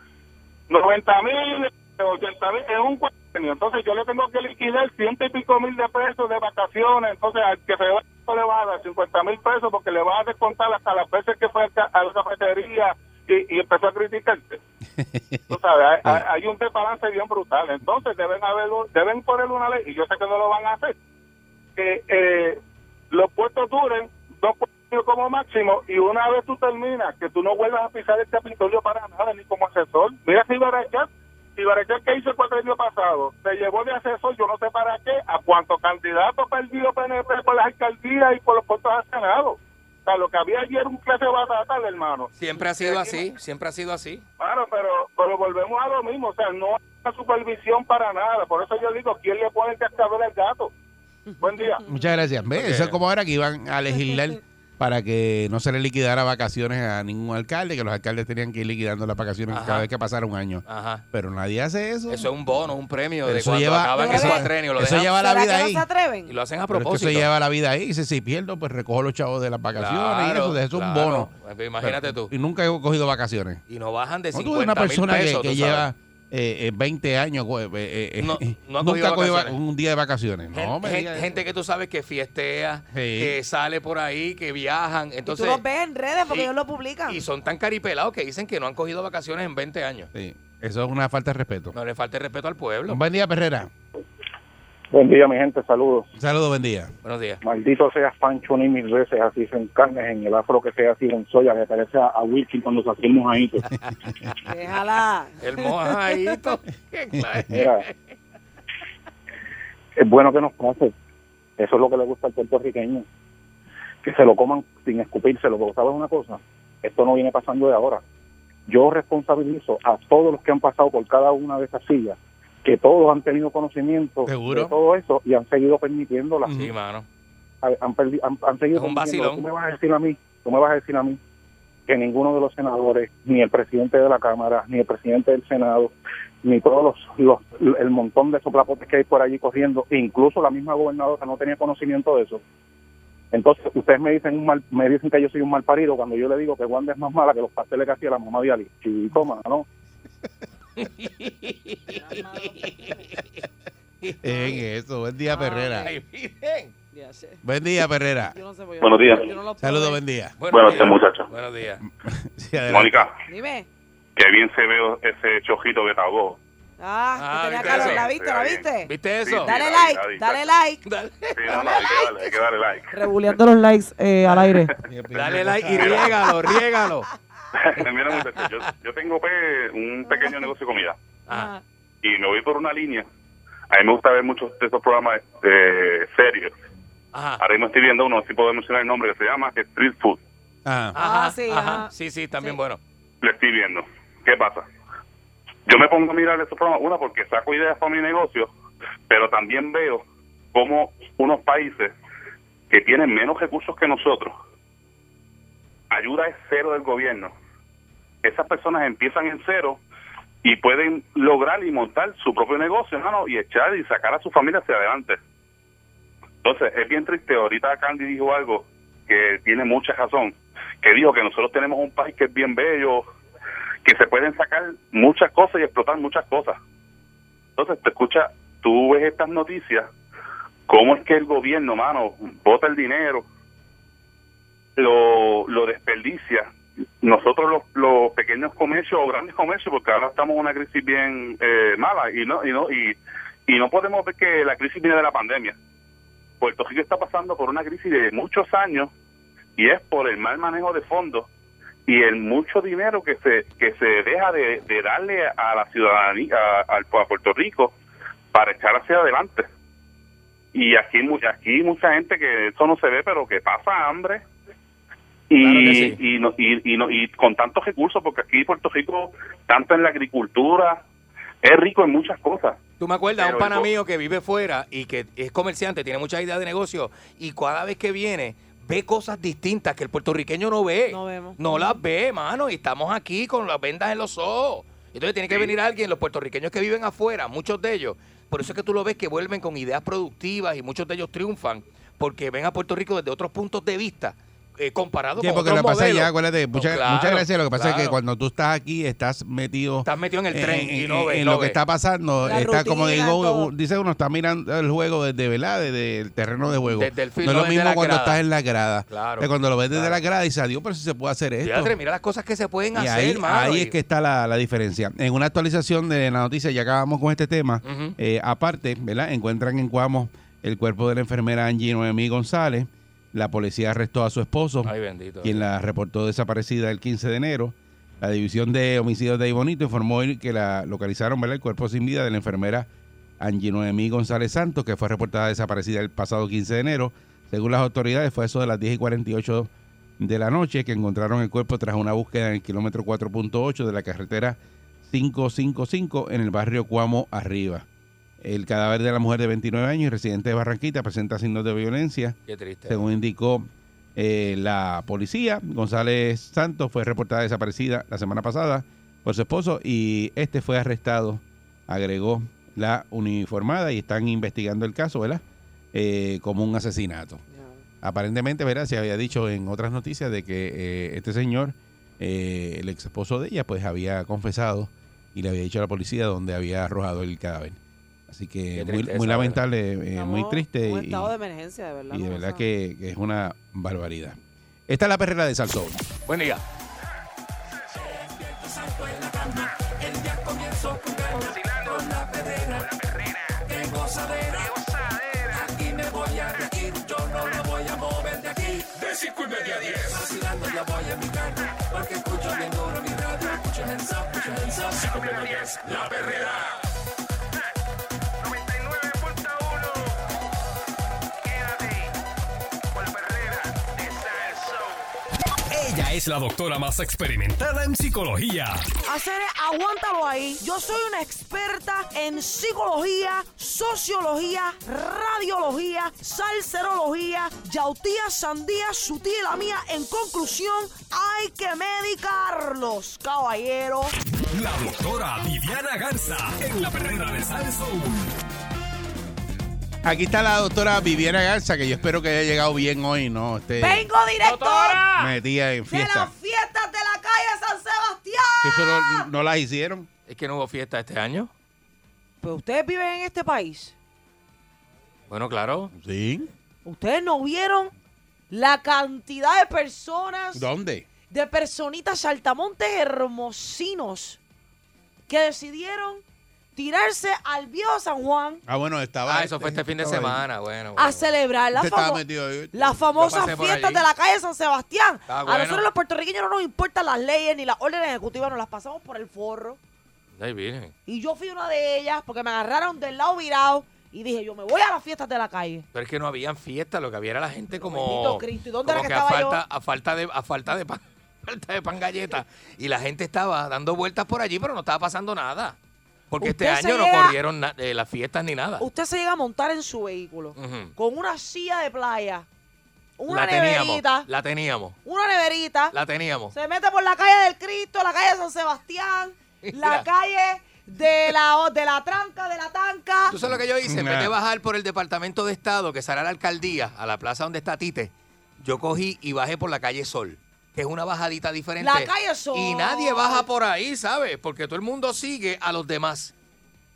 Speaker 11: 90 mil, 80 mil, es un cuatrenio. Entonces yo le tengo que liquidar ciento y pico mil de pesos de vacaciones. Entonces al que se va no le va a dar 50 mil pesos porque le va a descontar hasta las veces que fue al ca- a la cafetería y, y empezó a criticarte. Tú sabes, hay, hay- hay un desbalance bien brutal. Entonces deben haber, un- deben poner una ley, y yo sé que no lo van a hacer, que eh, los puestos duren dos años como máximo y una vez tú terminas, que tú no vuelvas a pisar el Capitolio para nada, ni como asesor. Mira si Ibarachat, Ibarachat que hizo el cuatro años pasado, se llevó de asesor, yo no sé para qué, a cuántos candidatos perdió PNP por las alcaldías y por los puestos al Senado. O sea, lo que había ayer era un clase batata, hermano.
Speaker 3: Siempre ha sido así, siempre ha sido así.
Speaker 11: Claro, pero, pero volvemos a lo mismo, o sea, no hay una supervisión para nada. Por eso yo digo, ¿quién le pone el cascabel al gato? Buen día.
Speaker 2: Muchas gracias. Ve, Eso es como ahora que iban a legislar para que no se le liquidara vacaciones a ningún alcalde, que los alcaldes tenían que ir liquidando las vacaciones
Speaker 3: Ajá.
Speaker 2: cada vez que pasara un año.
Speaker 3: Ajá.
Speaker 2: Pero nadie hace eso.
Speaker 3: Eso es un bono, un premio
Speaker 2: Pero
Speaker 3: de
Speaker 2: eso
Speaker 3: cuando
Speaker 2: lleva-
Speaker 3: acaban el
Speaker 2: eso-
Speaker 3: cuatrenio. Lo
Speaker 2: eso
Speaker 3: dejan-
Speaker 2: lleva la
Speaker 4: ¿Será
Speaker 2: vida
Speaker 4: que no
Speaker 2: ahí.
Speaker 4: se atreven?
Speaker 3: Y lo hacen a
Speaker 2: Pero es
Speaker 3: propósito.
Speaker 2: que eso lleva la vida ahí. Dice, si pierdo, pues recojo los chavos de las vacaciones y
Speaker 3: Claro,
Speaker 2: eso, eso es un
Speaker 3: claro.
Speaker 2: bono.
Speaker 3: Pues imagínate
Speaker 2: tú. Y nunca he cogido vacaciones.
Speaker 3: Y no bajan de
Speaker 2: No,
Speaker 3: 50
Speaker 2: tú eres una persona
Speaker 3: mil
Speaker 2: que-
Speaker 3: pesos,
Speaker 2: que,
Speaker 3: tú sabes.
Speaker 2: lleva eh, eh, 20 años, güey, eh, eh,
Speaker 3: No-
Speaker 2: eh,
Speaker 3: no ha
Speaker 2: nunca
Speaker 3: cogido
Speaker 2: ha cogido va-
Speaker 3: vacaciones.
Speaker 2: un día de vacaciones. No, me
Speaker 3: Gen-
Speaker 2: digas eso.
Speaker 3: gente que tú sabes que fiestea,
Speaker 2: Sí.
Speaker 3: que sale por ahí, que viajan. Entonces,
Speaker 4: tú los ves en redes porque
Speaker 3: y-
Speaker 4: ellos lo publican.
Speaker 3: y son tan caripelados que dicen que no han cogido vacaciones en 20 años.
Speaker 2: Sí, eso es una falta de respeto.
Speaker 3: No le falte respeto al pueblo.
Speaker 2: Buen día, Perrera.
Speaker 8: Buen día, mi gente, saludos.
Speaker 2: Saludos, buen día.
Speaker 3: Buenos días.
Speaker 8: Maldito seas Pancho ni mil veces, así se encarnes en el afro que sea así en soya, que parece a, a Wilkin cuando se pues. hacía el mojadito.
Speaker 4: Déjala.
Speaker 3: El mojadito. Qué clase.
Speaker 8: Mira, es bueno que nos pase. Eso es lo que le gusta al puertorriqueño. Que se lo coman sin escupírselo. Pero sabes una cosa, esto no viene pasando de ahora. Yo responsabilizo a todos los que han pasado por cada una de esas sillas, que todos han tenido conocimiento
Speaker 3: Seguro.
Speaker 8: de todo eso y han seguido permitiéndola.
Speaker 3: Sí, mano.
Speaker 8: A ver, han, perdi- han- han seguido
Speaker 3: Es un
Speaker 8: permitiéndola.
Speaker 3: vacilón.
Speaker 8: Tú me vas a decir a mí, tú me vas a decir a mí que ninguno de los senadores, ni el presidente de la Cámara, ni el presidente del Senado, ni todos los, los- el montón de soplapotes que hay por allí corriendo, incluso la misma gobernadora no tenía conocimiento de eso. Entonces, ustedes me dicen un mal, me dicen que yo soy un mal parido cuando yo le digo que Wanda es más mala que los pasteles que hacía la mamá de Ali. Chico, mano.
Speaker 2: En eso, buen día, Perrera.
Speaker 3: Ay, miren.
Speaker 2: Buen día, Perrera.
Speaker 4: Yo no sé,
Speaker 12: Buenos días.
Speaker 2: Saludos, buen día.
Speaker 12: Buenos días, muchachos.
Speaker 3: Buenos días.
Speaker 2: Sí, adelante.
Speaker 12: Mónica,
Speaker 4: Dime.
Speaker 12: que bien se ve ese chojito que te ahogó.
Speaker 4: Ah, que tenía
Speaker 12: ¿viste
Speaker 4: calor.
Speaker 12: eso?
Speaker 4: ¿La viste? ¿La viste?
Speaker 3: ¿Viste
Speaker 12: eso?
Speaker 4: Dale
Speaker 12: Sí, la vi, la
Speaker 4: like,
Speaker 12: vi.
Speaker 4: dale like.
Speaker 12: Sí, no, no, hay que darle, hay que darle like.
Speaker 4: Rebuleando los likes eh, al aire.
Speaker 3: Dale like y riégalo, riégalo.
Speaker 12: Mira, muchachos, yo, yo tengo pues, un pequeño negocio de comida
Speaker 4: Ah.
Speaker 1: Ah.
Speaker 12: y me voy por una línea. A mí me gusta ver muchos de esos programas eh, serios. Ahora mismo estoy viendo uno, si puedo mencionar el nombre, que se llama Street Food.
Speaker 4: Ah.
Speaker 3: Ajá, sí, Ah, sí, sí, también bueno.
Speaker 12: Le estoy viendo. ¿Qué pasa? Yo me pongo a mirar esos programas, una porque saco ideas para mi negocio, pero también veo cómo unos países que tienen menos recursos que nosotros, ayuda es cero del gobierno. Esas personas empiezan en cero y pueden lograr y montar su propio negocio, hermano, y echar y sacar a su familia hacia adelante. Entonces, es bien triste. Ahorita Candy dijo algo que tiene mucha razón, que dijo que nosotros tenemos un país que es bien bello, que se pueden sacar muchas cosas y explotar muchas cosas. Entonces, te escucha, tú ves estas noticias, cómo es que el gobierno, mano, bota el dinero lo, lo desperdicia. Nosotros los, los pequeños comercios o grandes comercios, porque ahora estamos en una crisis bien eh, mala y no y no y, y no podemos ver que la crisis viene de la pandemia. Puerto Rico está pasando por una crisis de muchos años y es por el mal manejo de fondos y el mucho dinero que se que se deja de, de darle a la ciudadanía a, a Puerto Rico para echar hacia adelante y aquí hay mu- aquí hay mucha gente que eso no se ve pero que pasa hambre y y, no- y- y no- y con tantos recursos porque aquí Puerto Rico tanto en la agricultura es rico en muchas cosas
Speaker 3: Tú me acuerdas,
Speaker 12: Pero
Speaker 3: un pana
Speaker 12: yo-
Speaker 3: mío que vive fuera y que es comerciante, tiene muchas ideas de negocio y cada vez que viene ve cosas distintas que el puertorriqueño no ve.
Speaker 2: Eh,
Speaker 3: No
Speaker 4: vemos.
Speaker 3: las ve, mano, y estamos aquí con las vendas en los ojos. Entonces tiene que venir alguien, los puertorriqueños que viven afuera, muchos de ellos. Por eso es que tú lo ves que vuelven con ideas productivas y muchos de ellos triunfan porque ven a Puerto Rico desde otros puntos de vista eh, comparado
Speaker 2: Sí,
Speaker 3: con
Speaker 2: porque lo
Speaker 3: otros
Speaker 2: que pasa
Speaker 3: modelos.
Speaker 2: ya, acuérdate,
Speaker 3: No,
Speaker 2: muchas,
Speaker 3: claro,
Speaker 2: muchas gracias. Lo que pasa es que
Speaker 3: claro.
Speaker 2: cuando tú estás aquí, estás metido.
Speaker 3: Estás metido en el tren y no ves,
Speaker 2: En
Speaker 3: no
Speaker 2: lo que
Speaker 3: ves.
Speaker 2: está pasando.
Speaker 3: La
Speaker 2: está como
Speaker 3: rutina,
Speaker 2: digo,
Speaker 3: todo.
Speaker 2: u- dice uno, está mirando el juego desde, ¿verdad? Desde el terreno de juego.
Speaker 3: Desde el field,
Speaker 2: no es
Speaker 3: lo
Speaker 2: lo
Speaker 3: ves de
Speaker 2: mismo
Speaker 3: la
Speaker 2: cuando
Speaker 3: grada.
Speaker 2: estás en la grada.
Speaker 3: Claro,
Speaker 2: O sea, cuando lo ves desde
Speaker 3: claro.
Speaker 2: la grada y dices, adiós, pero si se puede hacer esto.
Speaker 3: Fíjate, mira las cosas que se pueden
Speaker 2: Y
Speaker 3: hacer,
Speaker 2: ahí,
Speaker 3: mano,
Speaker 2: ahí
Speaker 3: y-
Speaker 2: es que está la, la diferencia. En una actualización de la noticia, ya acabamos con este tema.
Speaker 3: Ujú.
Speaker 2: eh, aparte, ¿verdad? Encuentran en Cuamo el cuerpo de la enfermera Angie Noemí González. La policía arrestó a su esposo,
Speaker 3: Ay, bendito.
Speaker 2: quien la reportó desaparecida el 15 de enero. La división de homicidios de Ibonito informó hoy que la localizaron, ¿verdad? El cuerpo sin vida de la enfermera Angie Noemí González Santos, que fue reportada desaparecida el pasado 15 de enero. Según las autoridades, fue eso de las 10 y 48 de la noche que encontraron el cuerpo tras una búsqueda en el kilómetro 4.8 de la carretera 555 en el barrio Cuamo Arriba. El cadáver de la mujer de 29 años y residente de Barranquita presenta signos de violencia.
Speaker 3: Qué triste.
Speaker 2: Según indicó eh, la policía, González Santos fue reportada desaparecida la semana pasada por su esposo y este fue arrestado, agregó la uniformada y están investigando el caso, ¿verdad? Eh, como un asesinato. Aparentemente, ¿verdad? Se había dicho en otras noticias de que eh, este señor, eh, el ex esposo de ella, pues había confesado y le había dicho a la policía dónde había arrojado el cadáver. Así que
Speaker 3: Qué
Speaker 2: muy,
Speaker 3: tristeza,
Speaker 2: muy lamentable, eh, muy triste.
Speaker 4: Un
Speaker 2: y-
Speaker 4: estado de emergencia, de verdad.
Speaker 2: y de
Speaker 4: no
Speaker 2: verdad
Speaker 4: pasa.
Speaker 2: que, que es una barbaridad. Esta es la perrera de Salsón.
Speaker 3: Buen día.
Speaker 1: El día comienzo con ganas, con la perrera, qué gozadera, aquí me voy a reír, yo no me voy a mover de aquí, de cinco y media a diez, vacilando ya voy en mi carro, porque escucho bien duro mi radio, escucho hands up, escucho hands up, cinco y media a diez, la perrera. 99.1, quédate con la perrera de Salsón.
Speaker 13: Ella es la doctora más experimentada en psicología.
Speaker 14: Hacer aguántalo ahí. Yo soy una experta en psicología, sociología, radiología, salserología, yautía, sandía, su tía y la mía. En conclusión, hay que medicarlos, caballero.
Speaker 13: La doctora Viviana Garza en la perrera de Salsoul.
Speaker 2: Aquí está la doctora Viviana Garza, que yo espero que haya llegado bien hoy, ¿no? Esté
Speaker 14: Vengo directo
Speaker 2: metida en
Speaker 14: de las
Speaker 2: fiesta.
Speaker 14: fiestas de la calle San Sebastián.
Speaker 2: ¿Que eso no, no las hicieron?
Speaker 3: Es que no hubo fiesta este año.
Speaker 14: Pues
Speaker 4: Pero ustedes viven en este país.
Speaker 3: Bueno, claro.
Speaker 2: Sí.
Speaker 4: Ustedes no vieron la cantidad de personas,
Speaker 2: ¿Dónde?
Speaker 4: de personitas saltamontes hermosinos que decidieron tirarse al viejo San Juan
Speaker 2: Ah, bueno, estaba.
Speaker 3: Ah, eso fue este fin de semana. Bueno,
Speaker 4: a
Speaker 3: bueno.
Speaker 4: celebrar Ah, la
Speaker 2: Usted estaba
Speaker 4: famo-
Speaker 2: metido ahí.
Speaker 4: las famosas
Speaker 3: Yo pasé por
Speaker 4: fiestas
Speaker 3: allí.
Speaker 4: de la calle San Sebastián.
Speaker 3: Está
Speaker 4: A
Speaker 3: bueno.
Speaker 4: nosotros los puertorriqueños no nos importan las leyes ni las órdenes ejecutivas, nos las pasamos por el forro.
Speaker 3: Ay, virgen.
Speaker 4: Y yo fui una de ellas porque me agarraron del lado virado y dije, yo me voy a las fiestas de la calle.
Speaker 3: Pero es que no habían fiestas, lo que había era la gente como.
Speaker 4: bendito Cristo, ¿y dónde
Speaker 3: como
Speaker 4: era que
Speaker 3: a
Speaker 4: estaba yo?
Speaker 3: falta, a falta de, a falta de pan, falta de pan galleta. Y la gente estaba dando vueltas por allí, pero no estaba pasando nada. Porque este
Speaker 4: Usted se
Speaker 3: año no
Speaker 4: llega-
Speaker 3: corrieron na- eh, las fiestas ni nada.
Speaker 4: Usted se llega a montar en su vehículo
Speaker 3: Ujú.
Speaker 4: con una silla de playa, una
Speaker 3: la teníamos.
Speaker 4: neverita,
Speaker 3: La teníamos.
Speaker 4: una neverita.
Speaker 3: La teníamos.
Speaker 4: Se mete por la calle del Cristo, la calle de San Sebastián, la
Speaker 3: Mira.
Speaker 4: calle de la, de la tranca, de la tanca.
Speaker 3: ¿Tú sabes lo que yo hice? En vez de bajar por el Departamento de Estado, que será la alcaldía, a la plaza donde está Tite, yo cogí y bajé por la calle Sol, que es una bajadita diferente.
Speaker 4: La calle Sol.
Speaker 3: Y nadie baja por ahí, ¿sabes? Porque todo el mundo sigue a los demás.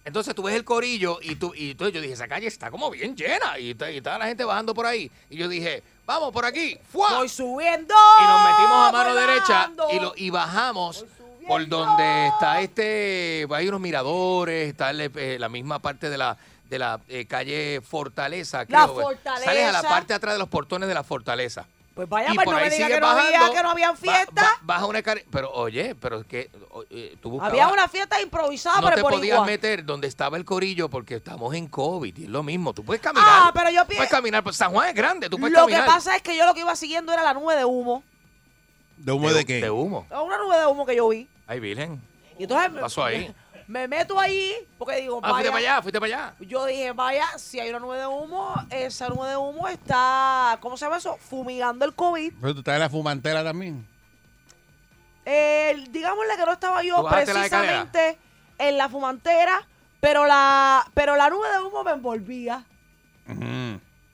Speaker 3: Entonces tú ves el corillo y tú y entonces yo dije, esa calle está como bien llena y, está- y estaba la gente bajando por ahí. Y yo dije, vamos por aquí, ¡fua! Voy
Speaker 4: subiendo.
Speaker 3: Y nos metimos a mano derecha y, lo, y bajamos por donde está este, hay unos miradores, está el, eh, la misma parte de la de la eh, calle Fortaleza.
Speaker 4: La
Speaker 3: creo. eh.
Speaker 4: Fortaleza.
Speaker 3: Sales a la parte de atrás de los portones de la Fortaleza.
Speaker 4: Pues vaya,
Speaker 3: Y
Speaker 4: pues
Speaker 3: por
Speaker 4: no
Speaker 3: ahí
Speaker 4: me diga
Speaker 3: sigue
Speaker 4: que no, había,
Speaker 3: bajando.
Speaker 4: que no habían fiesta.
Speaker 3: Baja una calle, pero oye, pero es que o- eh, tú buscabas-
Speaker 4: había una fiesta improvisada
Speaker 3: no
Speaker 4: por
Speaker 3: te
Speaker 4: el
Speaker 3: podías
Speaker 4: boricua.
Speaker 3: meter donde estaba el corillo porque estamos en COVID y es lo mismo. Tú puedes caminar.
Speaker 4: Ah, pero yo
Speaker 3: Puedes caminar. pues San Juan es grande, tú puedes
Speaker 4: Lo que
Speaker 3: caminar.
Speaker 4: pasa es que yo lo que iba siguiendo era la nube de humo.
Speaker 2: ¿De humo de qué?
Speaker 3: De humo.
Speaker 4: Una nube de humo que yo vi.
Speaker 3: Ay, Virgen.
Speaker 4: Y entonces
Speaker 3: ¿Qué
Speaker 4: me-
Speaker 3: pasó ahí?
Speaker 4: Me meto ahí porque digo,
Speaker 3: Ah, fuiste para allá, fuiste para allá.
Speaker 4: Yo dije, vaya, si hay una nube de humo, esa nube de humo está, ¿cómo se llama eso? Fumigando el COVID.
Speaker 2: Pero tú estás en la fumantera también.
Speaker 4: Eh, digámosle que no estaba
Speaker 2: ¿Tú
Speaker 4: yo
Speaker 2: bajaste la
Speaker 4: precisamente en la fumantera, pero la, pero la nube de humo me envolvía.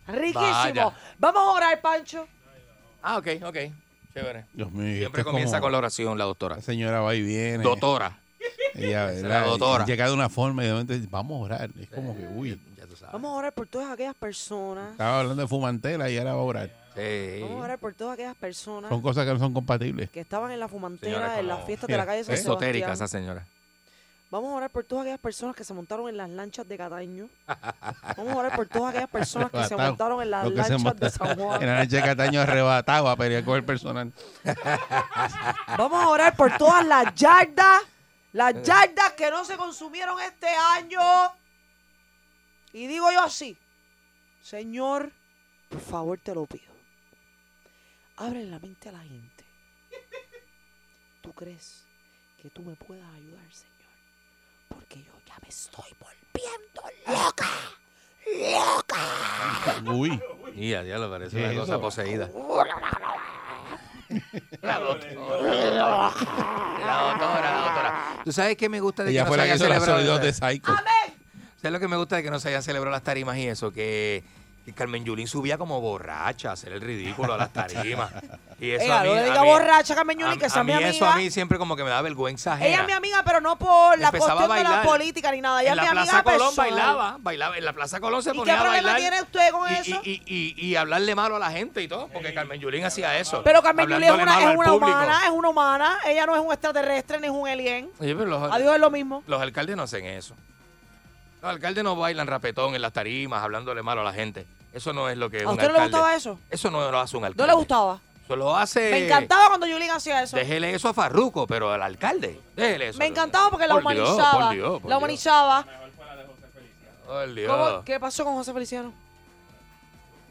Speaker 4: Riquísimo.
Speaker 3: Vaya.
Speaker 4: Vamos a orar, Pancho.
Speaker 3: Ah, ok, ok. Chévere.
Speaker 2: Dios mío.
Speaker 3: Siempre comienza con la oración, la doctora.
Speaker 2: La señora va y viene.
Speaker 3: Doctora.
Speaker 2: Ella,
Speaker 3: Esa es la
Speaker 2: ¿verdad?
Speaker 3: doctora.
Speaker 2: Llega de una forma y de repente dice, vamos a orar. Es como que, uy.
Speaker 4: Vamos a orar por todas aquellas personas.
Speaker 2: Estaba hablando de fumantela y ahora va a orar.
Speaker 4: Vamos a orar por todas aquellas personas
Speaker 2: Son cosas que no son compatibles.
Speaker 4: que estaban en la fumantera,
Speaker 2: Señora,
Speaker 4: en las
Speaker 2: como-
Speaker 4: fiestas de la calle San
Speaker 3: Es esotérica esa
Speaker 4: Sebastián.
Speaker 3: señora.
Speaker 4: Vamos a orar por todas aquellas personas que se montaron en las lanchas de Cataño. Vamos a orar por todas aquellas personas que se
Speaker 2: Arrebatado.
Speaker 4: montaron en las
Speaker 2: Los que se
Speaker 4: lanchas de
Speaker 2: montaron
Speaker 4: San Juan.
Speaker 2: En la lancha de Cataño arrebatado a pelear con el personal.
Speaker 4: Vamos a orar por todas las yardas, las
Speaker 3: Eh.
Speaker 4: yardas que no se consumieron este año. Y digo yo así, Señor, por favor te lo pido. Abre la mente a la gente. ¿Tú crees que tú me puedas ayudar, Señor? Porque yo ya me estoy volviendo loca. ¡Loca!
Speaker 2: Uy.
Speaker 3: Ya, ya lo parece
Speaker 2: ¿Qué
Speaker 3: una
Speaker 2: es
Speaker 3: cosa
Speaker 2: eso?
Speaker 3: poseída.
Speaker 1: La
Speaker 3: doctora. La doctora, la doctora. ¿Tú sabes qué me gusta de
Speaker 2: Ella
Speaker 3: que no se
Speaker 2: fue la que
Speaker 3: hayan
Speaker 2: hizo los
Speaker 3: celebrado?
Speaker 2: sonidos de Psycho.
Speaker 3: ¿Sabes lo que me gusta de que no se hayan celebrado las tarimas y eso? Que, que Carmen Yulín subía como borracha a hacer el ridículo a las tarimas. Y eso
Speaker 4: Ella,
Speaker 3: a mí,
Speaker 4: no le
Speaker 3: a
Speaker 4: diga
Speaker 3: mí-
Speaker 4: borracha, Carmen Yulín,
Speaker 3: a-
Speaker 4: que esa
Speaker 3: a
Speaker 4: es mi
Speaker 3: mí eso a
Speaker 4: amiga.
Speaker 3: mí siempre como que me da vergüenza ajena.
Speaker 4: Ella es mi amiga, pero no por la
Speaker 3: Empezaba
Speaker 4: cuestión
Speaker 3: a
Speaker 4: de la
Speaker 3: bailar.
Speaker 4: política ni nada. Ella
Speaker 3: en la
Speaker 4: es mi
Speaker 3: Plaza
Speaker 4: amiga
Speaker 3: Colón
Speaker 4: personal.
Speaker 3: bailaba, bailaba, en la Plaza Colón se
Speaker 4: ¿Y qué
Speaker 3: ponía a
Speaker 4: problema
Speaker 3: bailar.
Speaker 4: tiene usted con eso?
Speaker 3: y, y- y- y hablarle malo a la gente y todo, porque Carmen Yulín hacía eso.
Speaker 4: Pero Carmen Yulín es
Speaker 3: Hablándole malo
Speaker 4: una, es
Speaker 3: al
Speaker 4: una
Speaker 3: público.
Speaker 4: humana, es una humana. Ella no es un extraterrestre ni es un alien.
Speaker 3: Oye, pero los,
Speaker 4: Adiós es lo mismo.
Speaker 3: los alcaldes no hacen eso. Los alcaldes no bailan rapetón en las tarimas, hablándole malo a la gente. Eso no es lo que
Speaker 4: ¿A
Speaker 3: un
Speaker 4: usted no le
Speaker 3: alcalde-
Speaker 4: gustaba eso?
Speaker 3: Eso no lo hace un
Speaker 4: No
Speaker 3: alcalde.
Speaker 4: le gustaba.
Speaker 3: Eso lo hace...
Speaker 4: Me encantaba cuando Yulín hacía eso.
Speaker 3: Déjele eso a Farruco, pero al alcalde. Déjele eso.
Speaker 4: Me encantaba porque la
Speaker 3: Por Dios,
Speaker 4: humanizaba.
Speaker 3: por Dios, por
Speaker 4: la
Speaker 3: Dios.
Speaker 4: humanizaba.
Speaker 3: Oh, Dios.
Speaker 4: ¿Cómo- ¿Qué pasó con José Feliciano?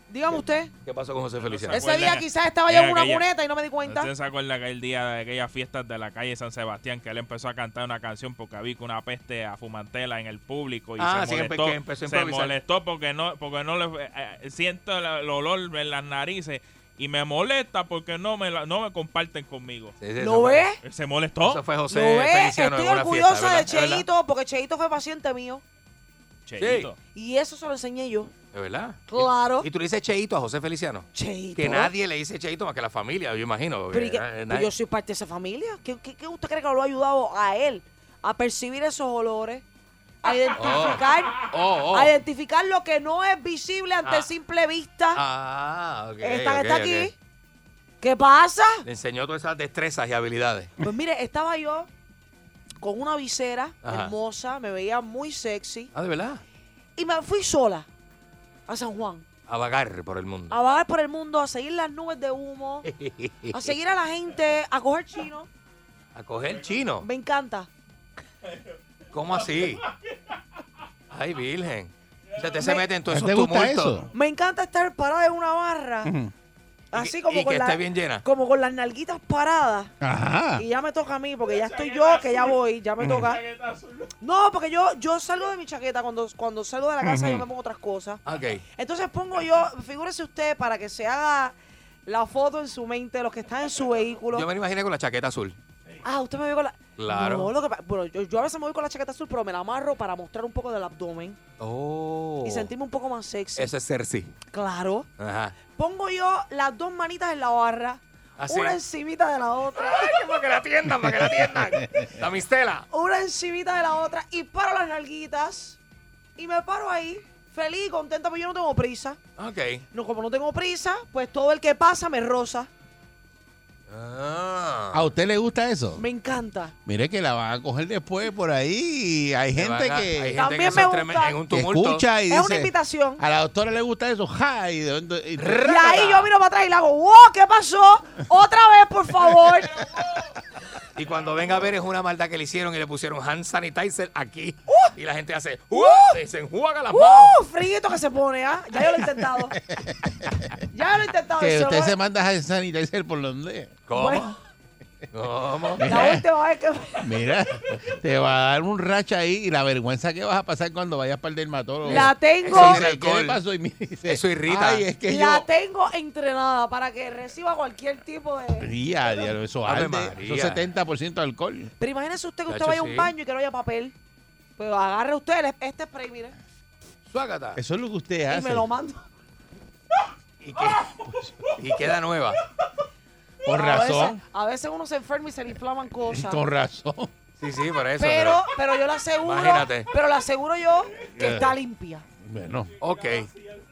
Speaker 4: Dígame usted.
Speaker 3: ¿Qué pasó con José Feliciano?
Speaker 4: Ese día quizás estaba yo
Speaker 5: Era
Speaker 4: en una
Speaker 5: aquella-
Speaker 4: cuneta y no me di cuenta.
Speaker 5: ¿Usted se acuerda aquel día de aquellas fiestas de la calle San Sebastián que él empezó a cantar una canción porque había que una peste a fumantela en el público y
Speaker 3: Ah,
Speaker 5: se
Speaker 3: sí, que empe-
Speaker 5: molestó?
Speaker 3: que empezó a
Speaker 5: se
Speaker 3: improvisar.
Speaker 5: molestó porque no, porque no le eh, eh, siento la- el olor en las narices y me molesta porque no me la- no me comparten conmigo.
Speaker 4: ¿Lo ve?
Speaker 5: Se molestó. Eso
Speaker 3: fue
Speaker 4: ¿Lo ve? Estoy orgullosa de Cheito porque Cheito fue paciente mío.
Speaker 3: Cheito.
Speaker 4: Y eso se lo enseñé yo.
Speaker 3: ¿De verdad?
Speaker 4: Claro.
Speaker 3: ¿Y tú le dices Cheito a José Feliciano?
Speaker 4: Cheito.
Speaker 3: Que nadie le dice Cheito más que la familia, yo imagino.
Speaker 4: Pero, ¿y
Speaker 3: porque,
Speaker 4: qué?
Speaker 3: eh,
Speaker 4: Pues
Speaker 3: nadie-
Speaker 4: yo soy parte de esa familia. ¿Qué, qué- qué usted cree que lo ha ayudado a él a percibir esos olores? A identificar,
Speaker 3: Oh, oh.
Speaker 4: a identificar lo que no es visible ante
Speaker 3: Ah.
Speaker 4: simple vista.
Speaker 3: Ah, ok.
Speaker 4: Esta que
Speaker 3: ok,
Speaker 4: está
Speaker 3: ok.
Speaker 4: aquí. ¿Qué pasa?
Speaker 3: Le enseñó todas esas destrezas y habilidades.
Speaker 4: Pues mire, estaba yo con una visera
Speaker 3: Ajá.
Speaker 4: hermosa, me veía muy sexy.
Speaker 3: Ah, de verdad.
Speaker 4: Y me fui sola a San Juan,
Speaker 3: A vagar por el mundo.
Speaker 4: a vagar por el mundo, a seguir las nubes de humo, a seguir a la gente, a coger chino.
Speaker 3: A coger chino.
Speaker 4: Me encanta.
Speaker 3: ¿Cómo así? Ay, virgen. O sea, te se mete en todos
Speaker 2: ¿Te
Speaker 3: esos
Speaker 2: gusta
Speaker 3: tumultos.
Speaker 2: eso?
Speaker 4: Me encanta estar parada en una barra,
Speaker 2: Ujú.
Speaker 4: así
Speaker 3: Y-
Speaker 4: como
Speaker 3: y
Speaker 4: con
Speaker 3: que
Speaker 4: la-
Speaker 3: esté bien llena. Ah.
Speaker 4: como con las nalguitas paradas.
Speaker 2: Ajá.
Speaker 4: Y ya me toca a mí, porque ya estoy yo, que ya voy, ya me
Speaker 2: Ujú.
Speaker 4: toca. No, porque yo, yo salgo de mi chaqueta cuando, cuando salgo de la casa,
Speaker 3: Ujú.
Speaker 4: yo me pongo otras cosas.
Speaker 3: Ok.
Speaker 4: Entonces pongo yo, figúrese usted para que se haga la foto en su mente, los que están en su vehículo.
Speaker 3: Yo me lo imaginé con la chaqueta azul.
Speaker 4: Ah, usted me ve con la.
Speaker 3: Claro.
Speaker 4: No, lo que pa- bueno, yo, yo a veces me voy con la chaqueta azul, pero me la amarro para mostrar un poco del abdomen
Speaker 3: Oh.
Speaker 4: y sentirme un poco más sexy.
Speaker 3: Eso es Cersei.
Speaker 4: Claro.
Speaker 3: Ajá.
Speaker 4: Pongo yo las dos manitas en la barra,
Speaker 3: Así.
Speaker 4: una encimita de la otra.
Speaker 3: para que la atiendan, para que la atiendan. La mistela.
Speaker 4: una encimita de la otra y paro las nalguitas y me paro ahí, feliz, y contenta, porque yo no tengo prisa.
Speaker 3: Ok.
Speaker 4: No, como no tengo prisa, pues todo el que pasa me roza.
Speaker 2: ¿A usted le gusta eso?
Speaker 4: Me encanta.
Speaker 2: Mire que la van a coger después por ahí. y Hay
Speaker 3: Te
Speaker 2: gente
Speaker 3: van a-
Speaker 2: que,
Speaker 3: hay gente
Speaker 4: También que se me gusta.
Speaker 3: treme- en un
Speaker 2: que
Speaker 3: tumulto.
Speaker 2: escucha y
Speaker 4: Es una
Speaker 2: dice,
Speaker 4: invitación.
Speaker 2: A la doctora le gusta eso. Ja, y de- y-
Speaker 4: Y ahí yo miro para atrás y le hago, wow, ¿qué pasó? Otra vez, por favor.
Speaker 3: Y cuando venga a ver es una maldad que le hicieron y le pusieron hand sanitizer aquí. Y la gente hace, ¡Uh! y se enjuaga las manos.
Speaker 4: ¡Uh! Friguito que se pone, ¿ah? Ya yo lo he intentado. ya yo lo he intentado.
Speaker 2: que
Speaker 4: y se
Speaker 2: usted
Speaker 4: lo-
Speaker 2: se manda a sanitizer por donde.
Speaker 4: Bueno.
Speaker 3: ¿Cómo?
Speaker 4: La última vez que...
Speaker 2: Mira, te va a dar un racha ahí y la vergüenza que vas a pasar cuando vayas para el dermatólogo.
Speaker 4: La tengo.
Speaker 2: Eso dice,
Speaker 4: Eso
Speaker 2: ¿Qué le pasó? Y me dice,
Speaker 3: Eso irrita.
Speaker 2: Ay, es que
Speaker 4: la
Speaker 2: yo...
Speaker 4: tengo entrenada para que reciba cualquier tipo de...
Speaker 2: Día, diablo, eso
Speaker 3: Ave
Speaker 2: arde. Eso
Speaker 3: María.
Speaker 2: 70% de alcohol.
Speaker 4: Pero imagínese usted que usted
Speaker 2: Chacho,
Speaker 4: vaya a un
Speaker 2: sí.
Speaker 4: baño y que no haya papel. Pues agarre usted el- este spray, mire.
Speaker 3: Suágata.
Speaker 2: Eso es lo que usted hace.
Speaker 4: Y me lo mando.
Speaker 3: Y queda nueva.
Speaker 2: Con razón.
Speaker 4: A veces uno se enferma y se le inflaman cosas.
Speaker 2: Con razón.
Speaker 3: Sí, sí, por eso.
Speaker 4: Pero, pero yo le aseguro,
Speaker 3: Imagínate.
Speaker 4: pero le aseguro yo que
Speaker 3: Eh.
Speaker 4: está limpia.
Speaker 2: Bueno.
Speaker 3: Ok.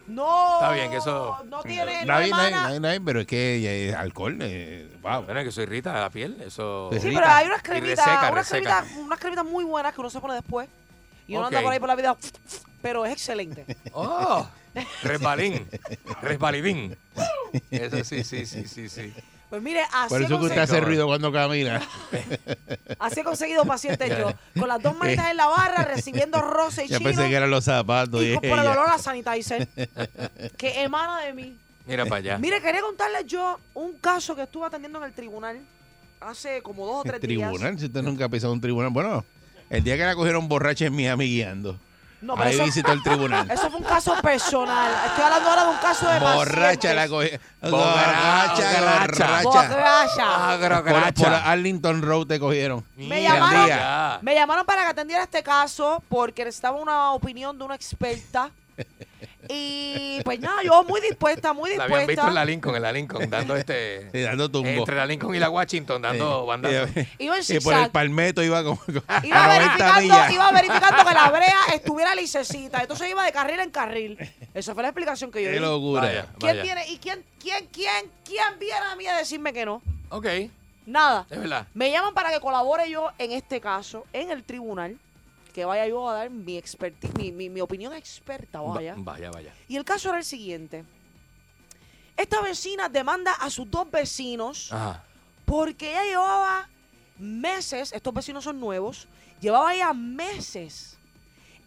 Speaker 4: No.
Speaker 3: Está bien que eso...
Speaker 4: No tiene, no
Speaker 2: Nadie, nadie,
Speaker 4: emana.
Speaker 2: nadie, nadie, pero es que eh, alcohol, eh, wow.
Speaker 3: Bueno, que eso irrita la piel. Eso...
Speaker 2: Sí,
Speaker 4: Sí, pero hay unas
Speaker 3: Y reseca,
Speaker 4: cremitas, unas
Speaker 3: reseca.
Speaker 4: cremitas, unas cremitas muy buenas que uno se pone después. Y uno
Speaker 3: Ok.
Speaker 4: anda por ahí por la vida, pero es excelente.
Speaker 3: ¡Oh! Resbalín. Resbalidín. Eso sí, sí, sí, sí, sí.
Speaker 4: Pues mire, así
Speaker 2: Por
Speaker 4: he,
Speaker 2: eso que usted hace ruido
Speaker 4: conseguido,
Speaker 2: cuando camina.
Speaker 4: así he conseguido pacientes yo, con las dos manitas en la barra, recibiendo roce y
Speaker 2: Ya
Speaker 4: chino,
Speaker 2: pensé que eran los zapatos.
Speaker 4: y
Speaker 2: Y
Speaker 4: con- por el
Speaker 2: ella.
Speaker 4: olor a sanitizer que emana de mí.
Speaker 3: Mira para allá.
Speaker 4: Mire, quería contarles yo un caso que estuve atendiendo en el tribunal hace como dos o
Speaker 2: El
Speaker 4: tres días.
Speaker 2: tribunal, si usted nunca ha pisado un tribunal. Bueno, el día que la cogieron borracha en Miami guiando.
Speaker 4: No, pero
Speaker 2: ahí
Speaker 4: eso-
Speaker 2: visitó el tribunal.
Speaker 4: Eso fue un caso personal. Estoy hablando ahora de un caso de
Speaker 2: Borracha
Speaker 4: pacientes.
Speaker 2: la cogieron.
Speaker 3: Borracha.
Speaker 2: Borracha, borracha.
Speaker 4: Borracha.
Speaker 2: Por, por Arlington Road te cogieron.
Speaker 4: Me
Speaker 2: Mira,
Speaker 4: llamaron,
Speaker 2: día.
Speaker 4: me llamaron para que atendiera este caso porque necesitaba una opinión de una experta. Y pues nada, yo muy dispuesta, muy
Speaker 3: La
Speaker 4: dispuesta.
Speaker 3: habían visto en la Lincoln, en la Lincoln, dando este...
Speaker 2: Sí, dando tumbo.
Speaker 3: Entre la Lincoln y la Washington, dando bandas.
Speaker 4: Iba en
Speaker 2: Y por el
Speaker 4: zigzag.
Speaker 2: palmeto iba como como
Speaker 4: Iba
Speaker 2: a 90 millas.
Speaker 4: verificando, iba verificando que la brea estuviera licecita. Entonces iba de carril en carril. Esa fue la explicación que yo
Speaker 2: Qué
Speaker 4: di.
Speaker 2: locura.
Speaker 3: Vaya.
Speaker 4: ¿Quién viene? ¿Y quién, quién, quién, quién viene a mí a decirme que no?
Speaker 3: Ok, es
Speaker 4: Nada.
Speaker 3: verdad.
Speaker 4: Me llaman para que colabore yo en este caso, en el tribunal, que vaya yo a dar mi expertise, mi, mi- mi opinión experta,
Speaker 3: Va-
Speaker 4: vaya.
Speaker 3: Vaya, vaya.
Speaker 4: Y el caso era el siguiente. Esta vecina demanda a sus dos vecinos
Speaker 3: Ajá.
Speaker 4: porque ella llevaba meses, estos vecinos son nuevos, llevaba ya meses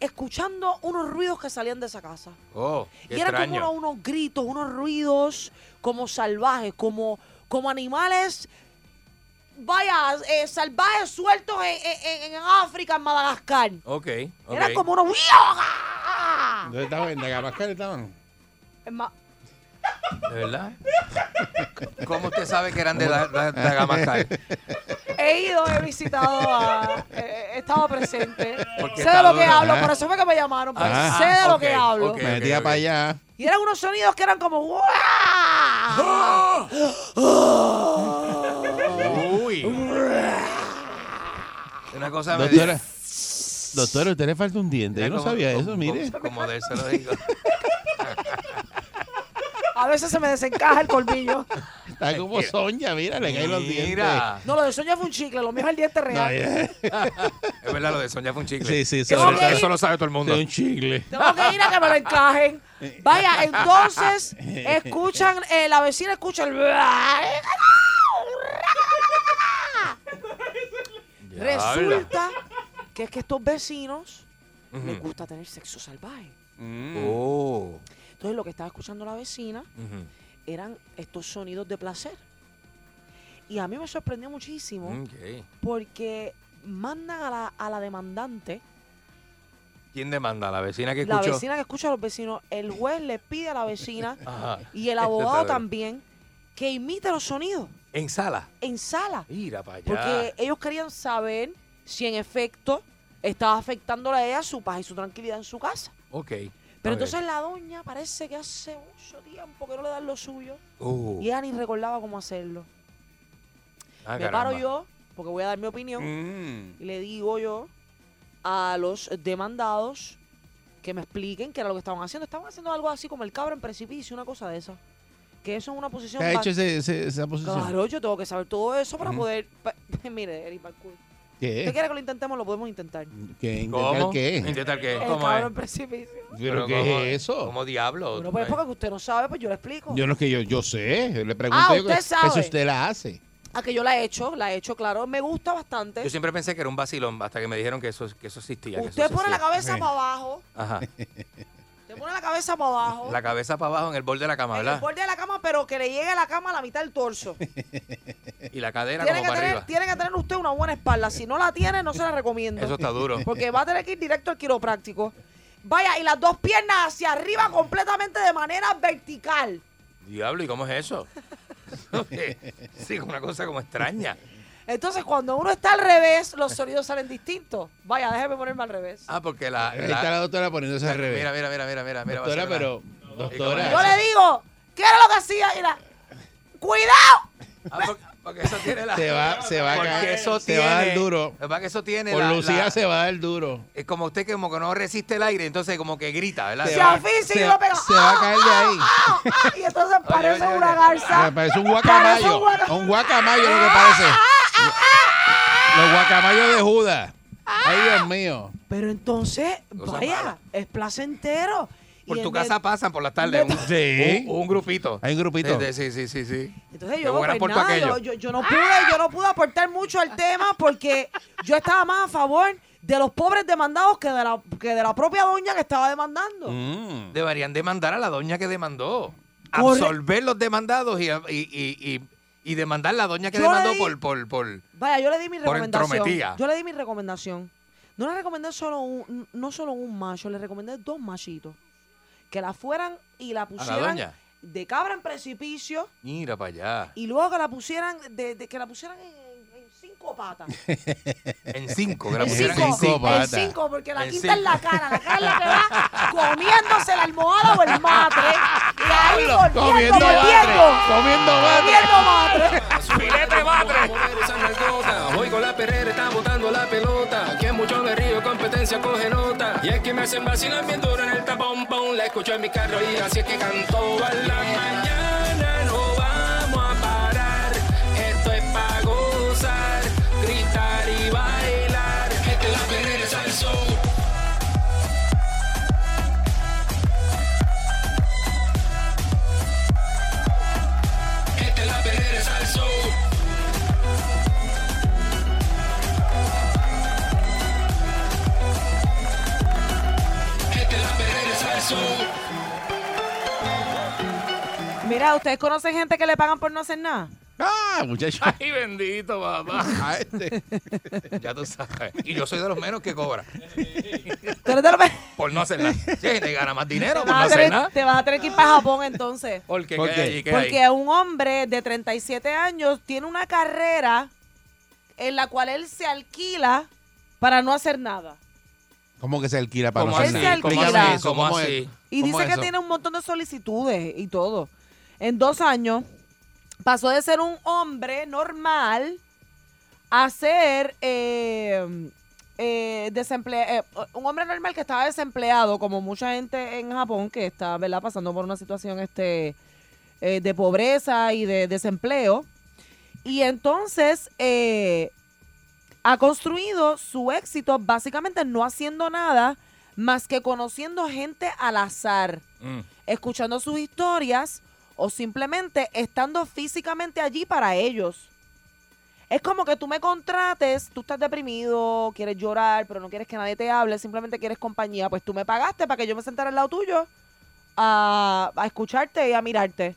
Speaker 4: escuchando unos ruidos que salían de esa casa.
Speaker 3: Oh, qué
Speaker 4: Y eran como
Speaker 3: extraño.
Speaker 4: unos, unos gritos, unos ruidos como salvajes, como, como animales, vaya, eh, salvajes sueltos en, en- en África, en Madagascar.
Speaker 3: Ok, ok.
Speaker 4: Eran como unos...
Speaker 2: ¿Dónde estaban? ¿En Madagascar estaban?
Speaker 4: En Ma-
Speaker 3: ¿De verdad? ¿Cómo usted sabe que eran de la, la, de Madagascar?
Speaker 4: He ido, he visitado, a, eh, he estado presente.
Speaker 3: Porque
Speaker 4: sé de
Speaker 3: está
Speaker 4: lo que
Speaker 3: duro.
Speaker 4: hablo,
Speaker 2: Ah.
Speaker 4: por eso fue que me llamaron. porque
Speaker 2: Ah.
Speaker 4: sé de lo
Speaker 3: Ok,
Speaker 4: que hablo.
Speaker 3: ok.
Speaker 2: Metía para allá.
Speaker 4: Y eran unos sonidos que eran como... ¡guau!
Speaker 3: ¡Ah! Uy. Una cosa me
Speaker 2: Doctora, doctora, usted le falta un diente.
Speaker 3: Era
Speaker 2: Yo no
Speaker 3: como-
Speaker 2: sabía
Speaker 3: como-
Speaker 2: eso, mire.
Speaker 3: Como, como de él se lo digo.
Speaker 4: A veces se me desencaja el colmillo.
Speaker 2: Está como Sonia, mira, le caen los dientes.
Speaker 3: Mira.
Speaker 4: No, lo de Sonia fue un chicle, lo mío es el diente
Speaker 2: No,
Speaker 4: real.
Speaker 2: ya.
Speaker 3: Es verdad, lo de Sonia fue un chicle.
Speaker 2: Sí, sí, sí.
Speaker 3: eso,
Speaker 4: Ok.
Speaker 3: eso lo sabe todo el mundo.
Speaker 2: De un chicle.
Speaker 4: Tengo que ir a que me lo encajen. Vaya, entonces escuchan, eh, la vecina escucha el. Resulta que es que estos vecinos les
Speaker 3: Ujú.
Speaker 4: gusta tener sexo salvaje.
Speaker 2: Mm.
Speaker 3: Oh.
Speaker 4: Entonces lo que estaba escuchando la vecina
Speaker 3: Ujú.
Speaker 4: eran estos sonidos de placer. Y a mí me sorprendió muchísimo
Speaker 3: Ok.
Speaker 4: porque mandan a la, a la demandante,
Speaker 3: ¿Quién demanda? ¿La vecina que
Speaker 4: la
Speaker 3: escuchó?
Speaker 4: vecina que escucha a los vecinos, el juez le pide a la vecina
Speaker 3: Ajá.
Speaker 4: y el
Speaker 3: Eso
Speaker 4: abogado
Speaker 3: está bien.
Speaker 4: también que imite los sonidos
Speaker 3: En sala.
Speaker 4: en sala.
Speaker 3: Mira para allá.
Speaker 4: Porque ellos querían saber si en efecto estaba afectándole a ella su paz y su tranquilidad en su casa.
Speaker 3: Ok.
Speaker 4: Pero
Speaker 3: ok.
Speaker 4: entonces la doña parece que hace mucho tiempo que no le dan lo suyo
Speaker 3: Oh.
Speaker 4: y ella ni recordaba cómo hacerlo.
Speaker 3: Ah,
Speaker 4: me
Speaker 3: caramba. Mm.
Speaker 4: paro yo, porque voy a dar mi opinión, y le digo yo a los demandados que me expliquen qué era lo que estaban haciendo. Estaban haciendo algo así como el cabro en precipicio, una cosa de esa. Que eso es una posición...
Speaker 2: ¿Te ha
Speaker 4: ba-
Speaker 2: hecho ese- ese- esa posición?
Speaker 4: Claro, yo tengo que saber todo eso para
Speaker 2: Ujú.
Speaker 4: poder... pa- Mire, Eric Parkour.
Speaker 2: ¿Qué?
Speaker 4: ¿Usted quiere que lo intentemos? Lo podemos intentar.
Speaker 2: ¿Qué?
Speaker 3: ¿Cómo?
Speaker 2: ¿Intentar qué?
Speaker 3: ¿Intentar qué?
Speaker 4: El
Speaker 3: ¿Cómo
Speaker 4: cabro en
Speaker 3: es?
Speaker 4: precipicio.
Speaker 2: ¿Pero qué
Speaker 3: ¿cómo-
Speaker 2: es eso?
Speaker 3: ¿Cómo diablo?
Speaker 4: Bueno, pues porque usted no sabe, pues yo le explico.
Speaker 2: Yo no es que yo, yo sé, yo le pregunté.
Speaker 4: Ah,
Speaker 2: yo-
Speaker 4: usted sabe.
Speaker 2: Eso usted la hace.
Speaker 4: A que yo la he hecho, la he hecho, claro. Me gusta bastante.
Speaker 3: Yo siempre pensé que era un vacilón hasta que me dijeron que eso, que eso existía. que eso
Speaker 4: Usted pone la
Speaker 3: existía.
Speaker 4: cabeza para abajo.
Speaker 3: Ajá.
Speaker 4: Usted pone la cabeza para abajo.
Speaker 3: La cabeza para abajo en el borde de la cama,
Speaker 4: en el
Speaker 3: ¿verdad?
Speaker 4: borde de la cama, pero que le llegue a la cama a la mitad del torso.
Speaker 3: Y la cadera
Speaker 4: Tiene
Speaker 3: como
Speaker 4: que,
Speaker 3: para
Speaker 4: tener,
Speaker 3: arriba.
Speaker 4: tiene que tener usted una buena espalda. Si no la tiene, no se la recomiendo.
Speaker 3: Eso está duro.
Speaker 4: Porque va a tener que ir directo al quiropráctico. Vaya, y las dos piernas hacia arriba completamente de manera vertical.
Speaker 3: Diablo, ¿y cómo es eso? sí, una cosa como extraña.
Speaker 4: Entonces, cuando uno está al revés, los sonidos salen distintos. Vaya, déjeme ponerme al revés.
Speaker 3: Ah, porque la.
Speaker 2: Ahí está la doctora poniéndose al revés.
Speaker 3: Mira, mira, mira, mira, mira. mira, va a
Speaker 2: Doctora,
Speaker 3: ser una-
Speaker 2: pero-
Speaker 3: ¿Y
Speaker 2: Doctora.
Speaker 3: cómo
Speaker 4: Yo
Speaker 3: es
Speaker 4: le
Speaker 3: eso?
Speaker 4: digo, ¿qué era lo que hacía? Y la- ¡Cuidado!
Speaker 3: Porque eso tiene la.
Speaker 2: Se va, se va a
Speaker 3: porque
Speaker 2: caer.
Speaker 3: Eso
Speaker 2: eh, se va a dar
Speaker 3: tiene-
Speaker 2: duro.
Speaker 3: Es que eso tiene.
Speaker 2: Por
Speaker 3: la-
Speaker 2: Lucía
Speaker 3: la-
Speaker 2: se va a dar duro.
Speaker 3: Es como usted que como que no resiste el aire, entonces como que grita, ¿verdad?
Speaker 2: Se Se va- asfixia y se- lo pega. se va a caer de ahí.
Speaker 4: ¡Ah! ¡Ah! Y entonces parece
Speaker 3: oye, Ah,
Speaker 4: una
Speaker 3: oye.
Speaker 4: garza.
Speaker 2: Me parece un
Speaker 4: Ah, Parece
Speaker 2: guacamayo.
Speaker 4: un Ah, guaca-
Speaker 2: Un guacamayo lo que parece.
Speaker 4: ah.
Speaker 2: Los guacamayos de Judas. Ay, Dios mío.
Speaker 4: Pero entonces, vaya, es placentero.
Speaker 3: Por
Speaker 4: Y
Speaker 3: tu
Speaker 4: en
Speaker 3: casa
Speaker 4: el-
Speaker 3: pasan por las tardes. Un,
Speaker 2: Sí.
Speaker 3: un, un grupito.
Speaker 2: Hay un grupito.
Speaker 3: Sí, sí, sí, sí. sí.
Speaker 4: Entonces
Speaker 3: Qué
Speaker 4: yo,
Speaker 3: buena
Speaker 4: pues,
Speaker 3: por tu
Speaker 4: nada,
Speaker 3: aquello.
Speaker 4: yo, yo- yo no pude, yo no pude aportar mucho al tema porque yo estaba más a favor de los pobres demandados que de la, que de la propia doña que estaba demandando.
Speaker 3: Deberían demandar a la doña que demandó.
Speaker 4: Corre-
Speaker 3: Absolver los demandados y, y- y- y- y demandar a la doña que
Speaker 4: Yo le
Speaker 3: demandó
Speaker 4: di-
Speaker 3: por, por, por-
Speaker 4: Vaya, yo le di mi
Speaker 3: Por
Speaker 4: recomendación.
Speaker 3: entrometida.
Speaker 4: Yo le di mi recomendación. No le recomendé solo un, no solo un macho, le recomendé dos machitos. Que la fueran y la pusieran
Speaker 3: doña?
Speaker 4: de cabra en precipicio
Speaker 3: Mira para allá.
Speaker 4: y luego que la pusieran de, de- que la pusieran en, en- en cinco patas.
Speaker 3: En cinco, que la
Speaker 2: En
Speaker 3: pusieran
Speaker 2: cinco, en
Speaker 4: En
Speaker 2: Pata.
Speaker 4: cinco, porque la
Speaker 3: En
Speaker 4: quinta es
Speaker 3: cinco.
Speaker 4: la cara. La cara es la que va comiéndose la almohada o el matre. Y ahí
Speaker 2: Diablo,
Speaker 4: volviendo,
Speaker 2: comiendo
Speaker 4: volviendo.
Speaker 2: matre, comiendo matre.
Speaker 4: Comiendo matre.
Speaker 1: Filete madre. Voy con la perrera, está botando la pelota. Aquí en mucho me río, competencia coge nota. Y es que me hacen vacilar bien duro en el tapón, pon. La escucho en mi carro y así es que cantó a la mañana. No vamos a parar. Esto es para gozar, gritar y bailar. Esta es la perrera, es el show. Esta es la perrera, es el show. Esta es la perrera, es el show.
Speaker 4: Mira, ¿ustedes conocen gente que le pagan por no hacer nada?
Speaker 2: Ah, muchacho.
Speaker 3: Ay, bendito, papá.
Speaker 2: Ah, este.
Speaker 3: Ya tú sabes. Y yo soy de los menos que cobra.
Speaker 4: ¿Tú eres de los pe-
Speaker 3: Por no hacer nada. Sí, te gana más dinero
Speaker 4: Te
Speaker 3: por no
Speaker 4: vas, a
Speaker 3: hacer
Speaker 4: tener,
Speaker 3: nada.
Speaker 4: te vas a tener que ir para Japón entonces.
Speaker 3: Porque
Speaker 2: ¿Por
Speaker 3: ¿qué
Speaker 2: qué?
Speaker 3: hay allí? ¿Qué hay?
Speaker 4: Porque un hombre de 37 años tiene una carrera en la cual él se alquila para no hacer nada.
Speaker 2: ¿Cómo que se alquila para
Speaker 3: ¿Cómo
Speaker 2: no hacer
Speaker 3: así?
Speaker 2: nada?
Speaker 3: ¿Cómo
Speaker 2: Explícame
Speaker 3: así?
Speaker 2: eso,
Speaker 3: ¿Cómo
Speaker 2: ¿cómo es?
Speaker 3: así?
Speaker 4: Y
Speaker 3: ¿Cómo
Speaker 4: dice que
Speaker 3: eso?
Speaker 4: tiene un montón de solicitudes y todo. En dos años pasó de ser un hombre normal a ser eh, eh, desemple- eh, un hombre normal que estaba desempleado, como mucha gente en Japón que está, ¿verdad? Pasando por una situación este eh, de pobreza y de desempleo. Y entonces eh, ha construido su éxito básicamente no haciendo nada más que conociendo gente al azar, escuchando sus historias o simplemente estando físicamente allí para ellos. Es como que tú me contrates, tú estás deprimido, quieres llorar, pero no quieres que nadie te hable, simplemente quieres compañía. Pues tú me pagaste para que yo me sentara al lado tuyo a, a escucharte y a mirarte.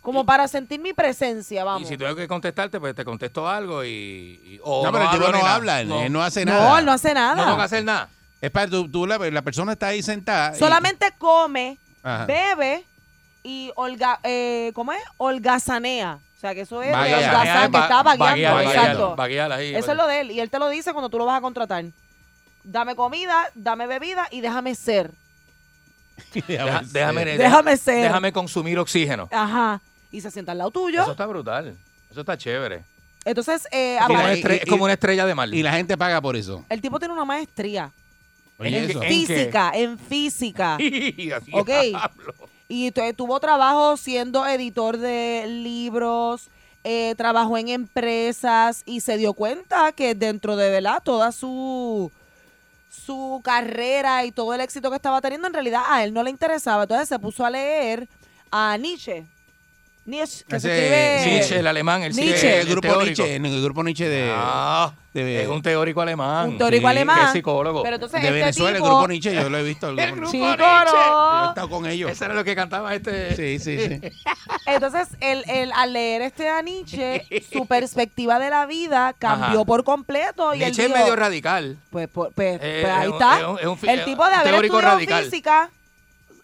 Speaker 4: Como para sentir mi presencia,
Speaker 3: Y
Speaker 4: vamos.
Speaker 3: si tengo que contestarte, pues te contesto algo y. y- o
Speaker 2: No, pero el
Speaker 3: hablo
Speaker 2: tipo
Speaker 3: ni
Speaker 2: no
Speaker 3: nada.
Speaker 2: habla, él no, hace
Speaker 4: No,
Speaker 2: nada.
Speaker 4: él no hace nada.
Speaker 3: No tengo que hacer nada.
Speaker 2: Es para tú, tú la, la persona está ahí sentada. y-
Speaker 4: Solamente come,
Speaker 2: Ajá.
Speaker 4: bebe y olga, eh, ¿cómo es? holgazanea. O sea, que eso es de
Speaker 2: Vaguea.
Speaker 4: holgazán, que
Speaker 3: Vaguea,
Speaker 4: está vagueando.
Speaker 3: vaguea,
Speaker 4: exacto.
Speaker 3: vagueala ahí,
Speaker 4: eso
Speaker 3: vaguea.
Speaker 4: es lo de él. Y él te lo dice cuando tú lo vas a contratar. Dame comida, dame bebida y déjame ser.
Speaker 3: Deja- déjame,
Speaker 4: Déjame ser.
Speaker 3: Déjame consumir oxígeno.
Speaker 4: Ajá. Y se sienta al lado tuyo.
Speaker 3: Eso está brutal. Eso está chévere.
Speaker 4: Entonces, eh,
Speaker 3: Es como
Speaker 4: apare-
Speaker 3: una estre- es como una estrella de mar.
Speaker 2: Y la gente paga por eso.
Speaker 4: el tipo tiene una maestría.
Speaker 2: Oye,
Speaker 4: en
Speaker 2: eso.
Speaker 4: física, en física. ok.
Speaker 3: diablo.
Speaker 4: Y tu- tuvo trabajo siendo editor de libros, eh, trabajó en empresas y se dio cuenta que dentro de ¿verdad? toda su su carrera y todo el éxito que estaba teniendo, en realidad a él no le interesaba. Entonces se puso a leer a Nietzsche. Nietzsche,
Speaker 3: Ah,
Speaker 4: que se
Speaker 3: Ese-
Speaker 4: escribe-
Speaker 3: Nietzsche, el alemán, el
Speaker 4: Nietzsche.
Speaker 3: sí,
Speaker 2: El grupo
Speaker 3: teórico.
Speaker 2: Nietzsche, en el grupo Nietzsche de,
Speaker 3: Ah,
Speaker 2: de-
Speaker 3: es un teórico alemán.
Speaker 4: Un teórico
Speaker 3: Sí,
Speaker 4: alemán.
Speaker 3: que es psicólogo.
Speaker 4: Pero entonces
Speaker 2: de
Speaker 4: este
Speaker 2: Venezuela,
Speaker 4: tipo-
Speaker 2: el grupo Nietzsche, yo lo he visto.
Speaker 4: El grupo Chico, Nietzsche. no.
Speaker 2: Yo he estado con ellos.
Speaker 3: Eso era lo que cantaba este.
Speaker 2: Sí, sí, sí.
Speaker 4: Entonces, el, el- al leer este a Nietzsche, su perspectiva de la vida cambió
Speaker 3: Ajá.
Speaker 4: por completo. Y él
Speaker 3: Nietzsche es
Speaker 4: dijo,
Speaker 3: medio radical.
Speaker 4: Pues, pues, pues,
Speaker 3: Eh,
Speaker 4: pues ahí
Speaker 3: es un-
Speaker 4: está.
Speaker 3: es un- es un fi- eh,
Speaker 4: el tipo de
Speaker 3: un
Speaker 4: haber
Speaker 3: teórico
Speaker 4: estudiado
Speaker 3: radical.
Speaker 4: física,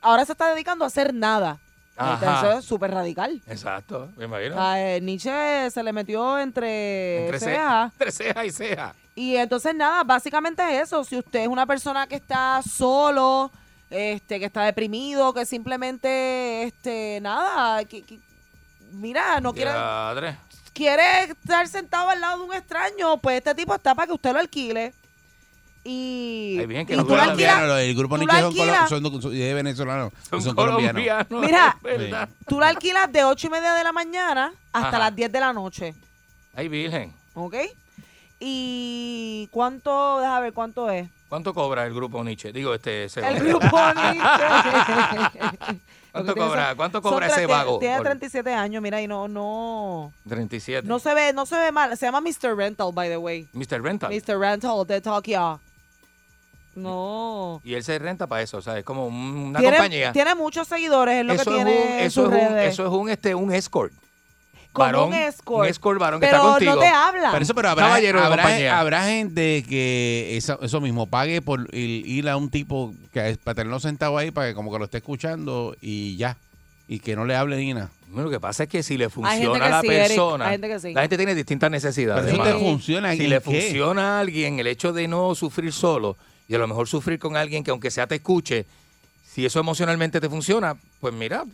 Speaker 4: ahora se está dedicando a hacer nada.
Speaker 3: Ajá.
Speaker 4: Entonces, Eso es súper radical.
Speaker 3: Exacto, me
Speaker 4: O
Speaker 3: imagino.
Speaker 4: sea, eh, Nietzsche se le metió entre,
Speaker 3: Entre ce-
Speaker 4: cejas.
Speaker 3: entre ceja y ceja.
Speaker 4: Y entonces nada, básicamente es eso. Si usted es una persona que está solo, este, que está deprimido, que simplemente, este, nada, que- que- mira, no quiere,
Speaker 3: Diadre.
Speaker 4: quiere estar sentado al lado de un extraño, pues este tipo está para que usted lo alquile. Y,
Speaker 2: Ahí bien, que
Speaker 4: y
Speaker 2: los
Speaker 4: tú lo alquilas-
Speaker 2: colombianos, los- el grupo
Speaker 4: tú
Speaker 2: Nietzsche
Speaker 4: lo
Speaker 2: son, colo-
Speaker 4: alquilas.
Speaker 2: son, son- es venezolano, son,
Speaker 3: colombianos,
Speaker 2: colombianos.
Speaker 4: Mira.
Speaker 2: es verdad.
Speaker 4: tú lo alquilas de ocho y media de la mañana hasta
Speaker 3: Ajá.
Speaker 4: las 10 de la noche,
Speaker 3: Ay, virgen.
Speaker 4: ¿ok? Y cuánto, déjame ver cuánto es.
Speaker 3: ¿Cuánto cobra el grupo Nietzsche? Digo, este. ese-
Speaker 4: El grupo Nietzsche. Lo que
Speaker 3: ¿Cuánto
Speaker 4: tiene
Speaker 3: cobra,
Speaker 4: son-
Speaker 3: cuánto
Speaker 4: son
Speaker 3: cobra ese
Speaker 4: tre-
Speaker 3: vago?
Speaker 4: Tiene
Speaker 3: Por-
Speaker 4: 37 años, mira, y no, no,
Speaker 3: 37.
Speaker 4: no se ve, no se ve mal. Se llama Mr. Rental, by the way.
Speaker 3: Mr. Rental.
Speaker 4: Mr. Rental de Tokio. No.
Speaker 3: Y él se renta para eso, o sea, es como un- una
Speaker 4: tiene,
Speaker 3: compañía.
Speaker 4: tiene muchos seguidores, es lo que
Speaker 3: eso
Speaker 4: tiene
Speaker 3: es un,
Speaker 4: en
Speaker 3: eso
Speaker 4: sus
Speaker 3: es un,
Speaker 4: redes.
Speaker 3: eso es un este, un escort.
Speaker 4: Como
Speaker 3: varón,
Speaker 4: un escort.
Speaker 3: Un escort varón que
Speaker 4: Pero
Speaker 3: está contigo.
Speaker 4: no te habla.
Speaker 2: Pero eso, pero habrá,
Speaker 3: Caballero de
Speaker 2: habrá,
Speaker 3: compañía.
Speaker 2: habrá gente que eso, eso mismo pague por el- ir a un tipo que es para tenerlo sentado ahí para que como que lo esté escuchando y ya. Y que no le hable ni nada.
Speaker 3: Lo que pasa es que si le
Speaker 4: Hay gente
Speaker 3: funciona
Speaker 4: que
Speaker 3: a la
Speaker 4: sí, Eric,
Speaker 3: persona,
Speaker 4: hay gente que sí.
Speaker 3: la gente tiene distintas necesidades.
Speaker 2: Pero eso te
Speaker 3: hermano.
Speaker 2: funciona,
Speaker 3: Si
Speaker 2: ¿en
Speaker 3: le
Speaker 2: qué?
Speaker 3: funciona a alguien el hecho de no sufrir solo y a lo mejor sufrir con alguien que aunque sea te escuche, si eso emocionalmente te funciona, pues mira,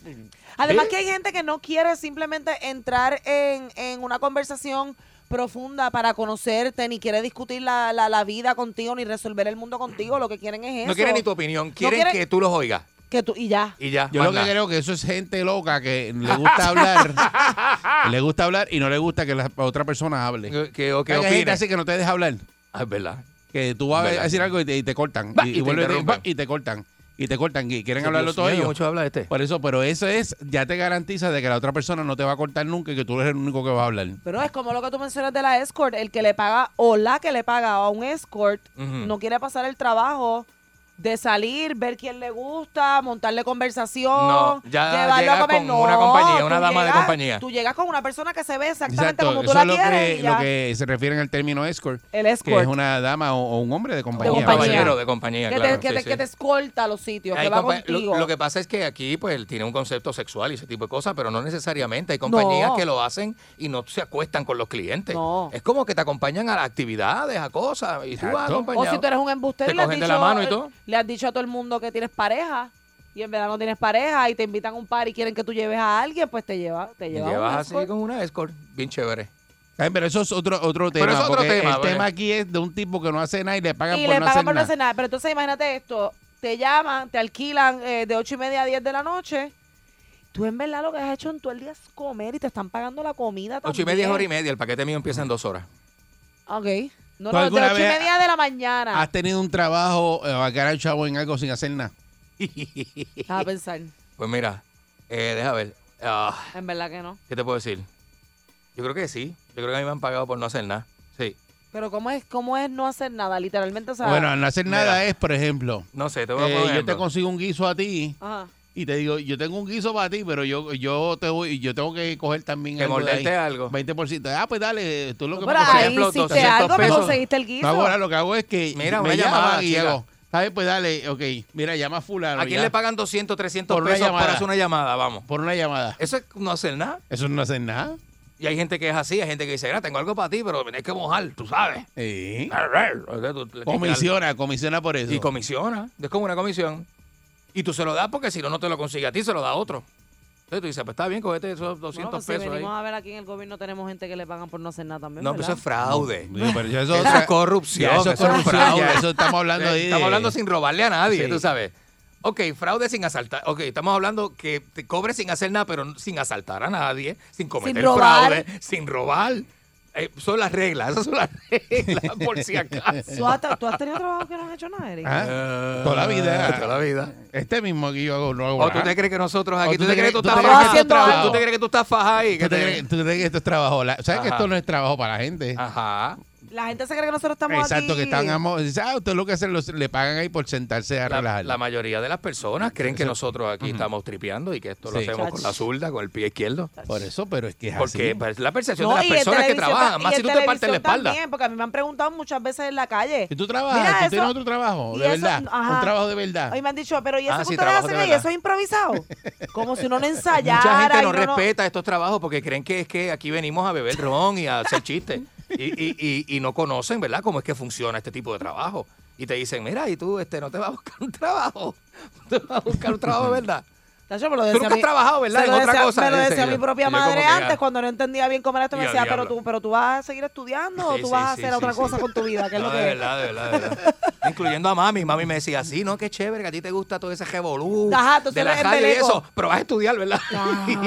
Speaker 4: Además
Speaker 3: ¿Eh?
Speaker 4: que hay gente que no quiere simplemente entrar en, en una conversación profunda para conocerte, ni quiere discutir la, la- la vida contigo, ni resolver el mundo contigo. Lo que quieren es eso.
Speaker 3: no quieren ni tu opinión, quieren
Speaker 4: quieren-
Speaker 3: que tú los oigas
Speaker 4: Que tú, y ya.
Speaker 3: y ya.
Speaker 2: Yo
Speaker 3: más
Speaker 2: lo que
Speaker 3: nada.
Speaker 2: creo que eso es gente loca que le gusta hablar. le gusta hablar y no le gusta que la otra persona hable.
Speaker 3: Que- que- o que
Speaker 2: Hay gente
Speaker 3: opine.
Speaker 2: así que no te deja hablar.
Speaker 3: Ah, es verdad.
Speaker 2: Que tú vas a
Speaker 3: ¿Verdad?
Speaker 2: decir algo y te, y te cortan.
Speaker 3: Va,
Speaker 2: y,
Speaker 3: y
Speaker 2: y
Speaker 3: te
Speaker 2: vuelven y te-
Speaker 3: interrumpen.
Speaker 2: va, y te cortan. Y te cortan. Y quieren
Speaker 3: Dios
Speaker 2: hablarlo todo
Speaker 3: mío,
Speaker 2: ellos.
Speaker 3: mucho habla este.
Speaker 2: Por eso, pero eso es, ya te garantiza de que la otra persona no te va a cortar nunca y que tú eres el único que va a hablar.
Speaker 4: Pero es como lo que tú mencionas de la escort, el que le paga o la que le paga a un escort
Speaker 2: Ujú.
Speaker 4: no quiere pasar el trabajo de salir, ver quién le gusta, montarle conversación,
Speaker 3: No, ya
Speaker 4: llevarlo a
Speaker 3: llegas
Speaker 4: comer.
Speaker 3: Ah, con
Speaker 4: No,
Speaker 3: una compañía, una
Speaker 4: tú
Speaker 3: dama de
Speaker 4: llegas-
Speaker 3: compañía.
Speaker 4: Tú llegas con una persona que se ve exactamente
Speaker 2: Exacto,
Speaker 4: como tú
Speaker 2: eso
Speaker 4: la
Speaker 2: es lo
Speaker 4: quieres
Speaker 2: que,
Speaker 4: y
Speaker 2: lo
Speaker 4: ya.
Speaker 2: que se refiere en el término escort.
Speaker 4: El
Speaker 2: Que es
Speaker 4: escort.
Speaker 2: una dama o, o un hombre de compañía.
Speaker 3: Un caballero de compañía,
Speaker 4: que,
Speaker 3: claro.
Speaker 4: te, que,
Speaker 3: sí,
Speaker 4: te,
Speaker 3: sí.
Speaker 4: que te escolta a los sitios,
Speaker 3: Hay
Speaker 4: que va
Speaker 3: compa-
Speaker 4: contigo.
Speaker 3: lo, lo que pasa es que aquí pues tiene un concepto sexual y ese tipo de cosas, pero no necesariamente. Hay compañías
Speaker 4: No.
Speaker 3: que lo hacen y no se acuestan con los clientes. Es como que te acompañan a las actividades, a cosas, y tú vas
Speaker 4: Exacto.
Speaker 3: acompañado.
Speaker 4: o si tú eres un embustero
Speaker 3: Te
Speaker 4: y le has,
Speaker 3: cogen
Speaker 4: dicho,
Speaker 3: de la mano y todo.
Speaker 4: le has dicho a todo el mundo que tienes pareja y en verdad no tienes pareja y te invitan a un par y quieren que tú lleves a alguien, pues te lleva, te
Speaker 3: Y
Speaker 4: lleva a un
Speaker 3: llevas así
Speaker 4: escort.
Speaker 3: con una escort, bien chévere.
Speaker 2: Ay, pero eso es otro, otro
Speaker 3: Pero
Speaker 2: tema.
Speaker 3: es otro
Speaker 2: porque
Speaker 3: tema,
Speaker 2: el
Speaker 3: bueno.
Speaker 2: tema aquí es de un tipo que no hace nada y le pagan
Speaker 4: y
Speaker 2: por
Speaker 4: le
Speaker 2: no
Speaker 4: pagan
Speaker 2: hacer
Speaker 4: por no
Speaker 2: nada.
Speaker 4: hacer nada. Pero entonces imagínate esto, te llaman, te alquilan eh, de ocho y media a 10 de la noche. Tú en verdad lo que has hecho en todo el día es comer y te están pagando la comida también.
Speaker 3: Ocho y media es hora y media, el paquete mío empieza en dos horas.
Speaker 4: Ok. No,
Speaker 2: ¿Tú
Speaker 4: no, de
Speaker 2: alguna
Speaker 4: ocho y
Speaker 2: vez
Speaker 4: media de la
Speaker 3: Ah,
Speaker 4: mañana.
Speaker 2: Has tenido un trabajo eh, a cara al chavo en algo sin hacer nada.
Speaker 4: Estaba a pensar.
Speaker 3: Pues mira, eh, deja ver. Ah,
Speaker 4: En verdad que no.
Speaker 3: ¿Qué te puedo decir? Yo creo que sí. Yo creo que a mí me han pagado por no hacer nada. Sí.
Speaker 4: Pero ¿cómo es, cómo es no hacer nada? Literalmente, o sea...
Speaker 2: bueno, al no hacer nada
Speaker 3: mira.
Speaker 2: es, por ejemplo,
Speaker 3: No sé, te voy a
Speaker 2: eh,
Speaker 3: poner
Speaker 2: yo te
Speaker 3: ejemplo.
Speaker 2: consigo un guiso a ti
Speaker 4: Ajá.
Speaker 2: y te digo, yo tengo un guiso para ti, pero yo yo te voy, yo tengo que coger también
Speaker 3: Que
Speaker 2: algo de
Speaker 3: morderte
Speaker 2: ahí.
Speaker 3: algo.
Speaker 2: 20%. Ah, pues dale, tú lo que
Speaker 4: Pero
Speaker 2: me
Speaker 4: ahí
Speaker 2: consigues.
Speaker 4: hiciste algo, me conseguiste el guiso.
Speaker 2: No, ahora lo que hago es que
Speaker 3: Mira,
Speaker 2: me
Speaker 3: una
Speaker 2: llaman
Speaker 3: llamada,
Speaker 2: y
Speaker 3: chica.
Speaker 2: hago, ¿sabes? Pues dale, ok, mira, llama a fulano.
Speaker 3: ¿A quién
Speaker 2: ya,
Speaker 3: le pagan 200, 300
Speaker 2: Por una
Speaker 3: pesos
Speaker 2: llamada.
Speaker 3: para hacer una llamada? Vamos.
Speaker 2: Por una llamada.
Speaker 3: Eso es no hacer nada.
Speaker 2: Eso no hace nada.
Speaker 3: Y hay gente que es así, hay gente que dice, mira, tengo algo para ti, pero me tienes que mojar, tú sabes.
Speaker 2: Eh.
Speaker 3: O sea, tú le tienes que dar-
Speaker 2: Comisiona, comisiona por eso.
Speaker 3: Y comisiona. Es como una comisión. Y tú se lo das porque si no, no te lo consigue a ti, se lo da a otro. Entonces tú dices, pues está bien, cogete esos 200
Speaker 4: Bueno, pues si
Speaker 3: pesos ahí.
Speaker 4: venimos a ver aquí en el gobierno tenemos gente que le pagan por no hacer nada también,
Speaker 3: No, pero
Speaker 4: ¿verdad?
Speaker 3: eso es fraude.
Speaker 2: No, pero ya eso
Speaker 3: eso,
Speaker 2: es otra-
Speaker 3: es corrupción.
Speaker 2: ya
Speaker 3: eso
Speaker 2: eso es
Speaker 3: es
Speaker 2: corrupción,
Speaker 3: fraude. Eh,
Speaker 2: ya eso estamos hablando ahí de-
Speaker 3: Estamos hablando sin robarle a nadie,
Speaker 2: Sí.
Speaker 3: tú sabes. Ok, fraude sin asaltar. Ok, estamos hablando que te cobres sin hacer nada, pero sin asaltar a nadie, sin cometer
Speaker 1: robar.
Speaker 3: fraude, sin robar. Eh, son las reglas, esas son las reglas, por si
Speaker 4: ¿Tú has,
Speaker 3: acaso.
Speaker 4: tú has tenido trabajo que no has hecho nada, Eric?
Speaker 2: Ah, Toda la vida.
Speaker 3: Toda la vida.
Speaker 2: Este mismo aquí yo hago, no hago
Speaker 3: ¿O Oh, tú
Speaker 2: nada.
Speaker 3: te crees que nosotros
Speaker 2: ¿O
Speaker 3: aquí, tú te crees que tú estás
Speaker 2: Oh, te crees
Speaker 3: fajado?
Speaker 2: esto es trabajo?
Speaker 3: ¿Tú te crees que tú estás fajado ahí?
Speaker 2: ¿Tú te crees- tú te crees que esto es trabajo? La- ¿Sabes que
Speaker 3: Ajá.
Speaker 2: esto no es trabajo para la gente?
Speaker 3: Ajá.
Speaker 4: La gente se cree que nosotros estamos
Speaker 2: Exacto,
Speaker 4: aquí.
Speaker 2: que están amo- dice, Ah, usted lo que hacen, los- le pagan ahí por sentarse a
Speaker 3: La,
Speaker 2: relajar.
Speaker 3: la mayoría de las personas creen que nosotros aquí estamos tripeando y que esto lo
Speaker 2: Sí.
Speaker 3: hacemos con la zurda, con el pie izquierdo.
Speaker 2: Por eso, pero es que es
Speaker 3: Porque
Speaker 2: así.
Speaker 3: pues, es la percepción de
Speaker 4: No,
Speaker 3: las
Speaker 4: y en
Speaker 3: personas que
Speaker 4: televisión ta-
Speaker 3: trabajan.
Speaker 4: y
Speaker 3: Más
Speaker 4: en
Speaker 3: si tú te partes la
Speaker 4: televisión
Speaker 3: espalda.
Speaker 4: También, porque a mí me han preguntado muchas veces en la calle.
Speaker 2: ¿Y tú trabajas?
Speaker 4: Mira,
Speaker 2: ¿Tú
Speaker 4: ah, eso-
Speaker 2: tienes otro trabajo?
Speaker 4: y
Speaker 2: ¿De
Speaker 4: eso-
Speaker 2: verdad?
Speaker 4: ajá.
Speaker 2: ¿Un trabajo de verdad?
Speaker 4: Hoy me han dicho, pero ¿y eso
Speaker 2: Ah,
Speaker 4: que
Speaker 2: sí,
Speaker 4: ustedes
Speaker 2: trabajo de
Speaker 4: hacen ahí?
Speaker 2: verdad.
Speaker 4: ¿Eso es improvisado? Como si uno no ensayara.
Speaker 3: Mucha gente no
Speaker 4: y uno
Speaker 3: respeta estos trabajos porque creen que es que aquí venimos a beber ron y a hacer chistes. Y, y- y- y no conocen, ¿verdad?, cómo es que funciona este tipo de trabajo. Y te dicen, mira, y tú este, no te vas a buscar un trabajo. No te vas a buscar un trabajo, ¿verdad?
Speaker 4: Tacho, me lo
Speaker 3: Tú
Speaker 4: decía
Speaker 3: nunca
Speaker 4: a
Speaker 3: has trabajado, ¿verdad?
Speaker 4: se lo
Speaker 3: En otra
Speaker 4: decía-
Speaker 3: cosa,
Speaker 4: Me lo
Speaker 3: en
Speaker 4: decía
Speaker 3: serio.
Speaker 4: mi propia
Speaker 3: Y yo como
Speaker 4: madre
Speaker 3: que, ah.
Speaker 4: antes, cuando no entendía bien cómo era esto, me
Speaker 3: Y al
Speaker 4: decía, pero
Speaker 3: diablo.
Speaker 4: tú, pero tú vas a seguir estudiando o
Speaker 3: Sí,
Speaker 4: tú
Speaker 3: sí,
Speaker 4: vas a
Speaker 3: sí,
Speaker 4: hacer
Speaker 3: sí,
Speaker 4: otra
Speaker 3: sí.
Speaker 4: cosa con tu vida, que es
Speaker 3: No,
Speaker 4: lo
Speaker 3: de
Speaker 4: que es.
Speaker 3: verdad, de verdad, de verdad. Incluyendo a mami. Mami me decía, sí, no, qué chévere, que a ti te gusta todo ese revolú.
Speaker 4: Ajá, tú
Speaker 3: de la
Speaker 4: eres
Speaker 3: radio y
Speaker 4: embeleco.
Speaker 3: eso. Pero vas a estudiar, ¿verdad?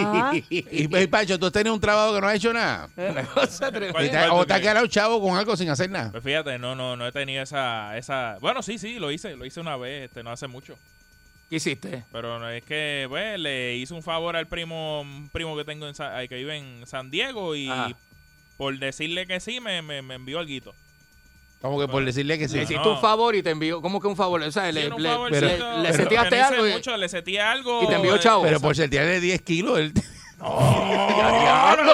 Speaker 2: y, y, Pancho, ¿tú tienes un trabajo que no has hecho nada?
Speaker 3: Una cosa
Speaker 2: Y te-
Speaker 5: ¿Cuál-
Speaker 2: ¿O
Speaker 5: cuál
Speaker 2: te has quedado chavo con algo sin hacer nada?
Speaker 5: Pues fíjate, no, no, no he tenido esa, esa. Bueno, sí, sí, lo hice, lo hice una vez, este, no hace mucho.
Speaker 3: ¿Qué hiciste?
Speaker 5: Pero no es que, pues, le hice un favor al primo, un primo que tengo en Sa- eh, que vive en San Diego y
Speaker 2: Ajá.
Speaker 5: por decirle que sí me, me, me envió alguito.
Speaker 2: Como que por decirle que sí.
Speaker 5: Le hiciste
Speaker 3: un favor y te envió. ¿Cómo que un favor? O sea, le,
Speaker 5: Hicieron un
Speaker 3: le-
Speaker 5: favorcito,
Speaker 3: le-
Speaker 5: pero-
Speaker 3: le
Speaker 5: pero
Speaker 3: seteaste
Speaker 5: que no hice
Speaker 3: algo y-
Speaker 5: mucho, le seteé algo.
Speaker 3: y te envió chavo.
Speaker 2: Pero por de 10 kilos. Él...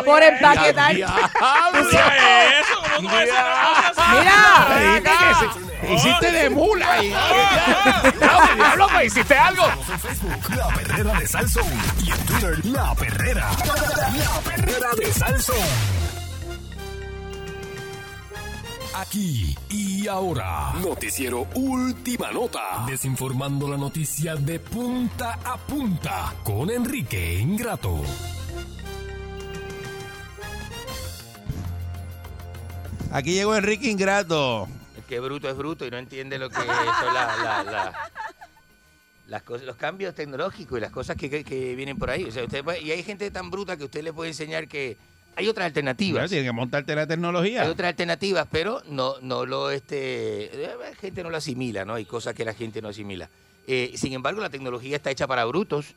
Speaker 4: Por empaquetar.
Speaker 1: ¡Mira!
Speaker 2: Hiciste de mula. Y...
Speaker 1: ¡Diablo, diablo, pues, hiciste algo!
Speaker 13: Estamos en Facebook, La Perrera de Salso y en Twitter, La Perrera. La Perrera de Salso. Aquí y ahora, noticiero Última Nota, desinformando la noticia de punta a punta con Enrique Ingrato.
Speaker 2: Aquí llegó Enrique Ingrato.
Speaker 3: Es que bruto es bruto y no entiende lo que son la- la- la- las cosas, los cambios tecnológicos y las cosas que, que- que vienen por ahí. O sea, usted puede- y hay gente tan bruta que usted le puede enseñar que hay otras
Speaker 2: Claro,
Speaker 3: alternativas.
Speaker 2: Tienes que montarte la tecnología.
Speaker 3: Hay otras alternativas, pero no, no lo, este, eh, la gente no lo asimila, ¿no? Hay cosas que la gente no asimila. Eh, sin embargo, la tecnología está hecha para brutos.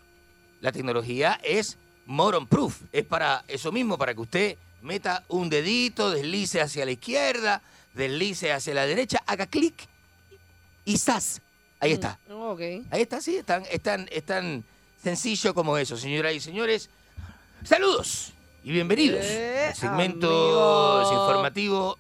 Speaker 3: La tecnología es moron proof. Es para eso mismo, para que usted meta un dedito, deslice hacia la izquierda, deslice hacia la derecha, haga clic y ¡zas! Ahí está. Ahí está, sí, es tan, es tan- es tan sencillo como eso, señoras y señores. Saludos y bienvenidos al segmento informativo.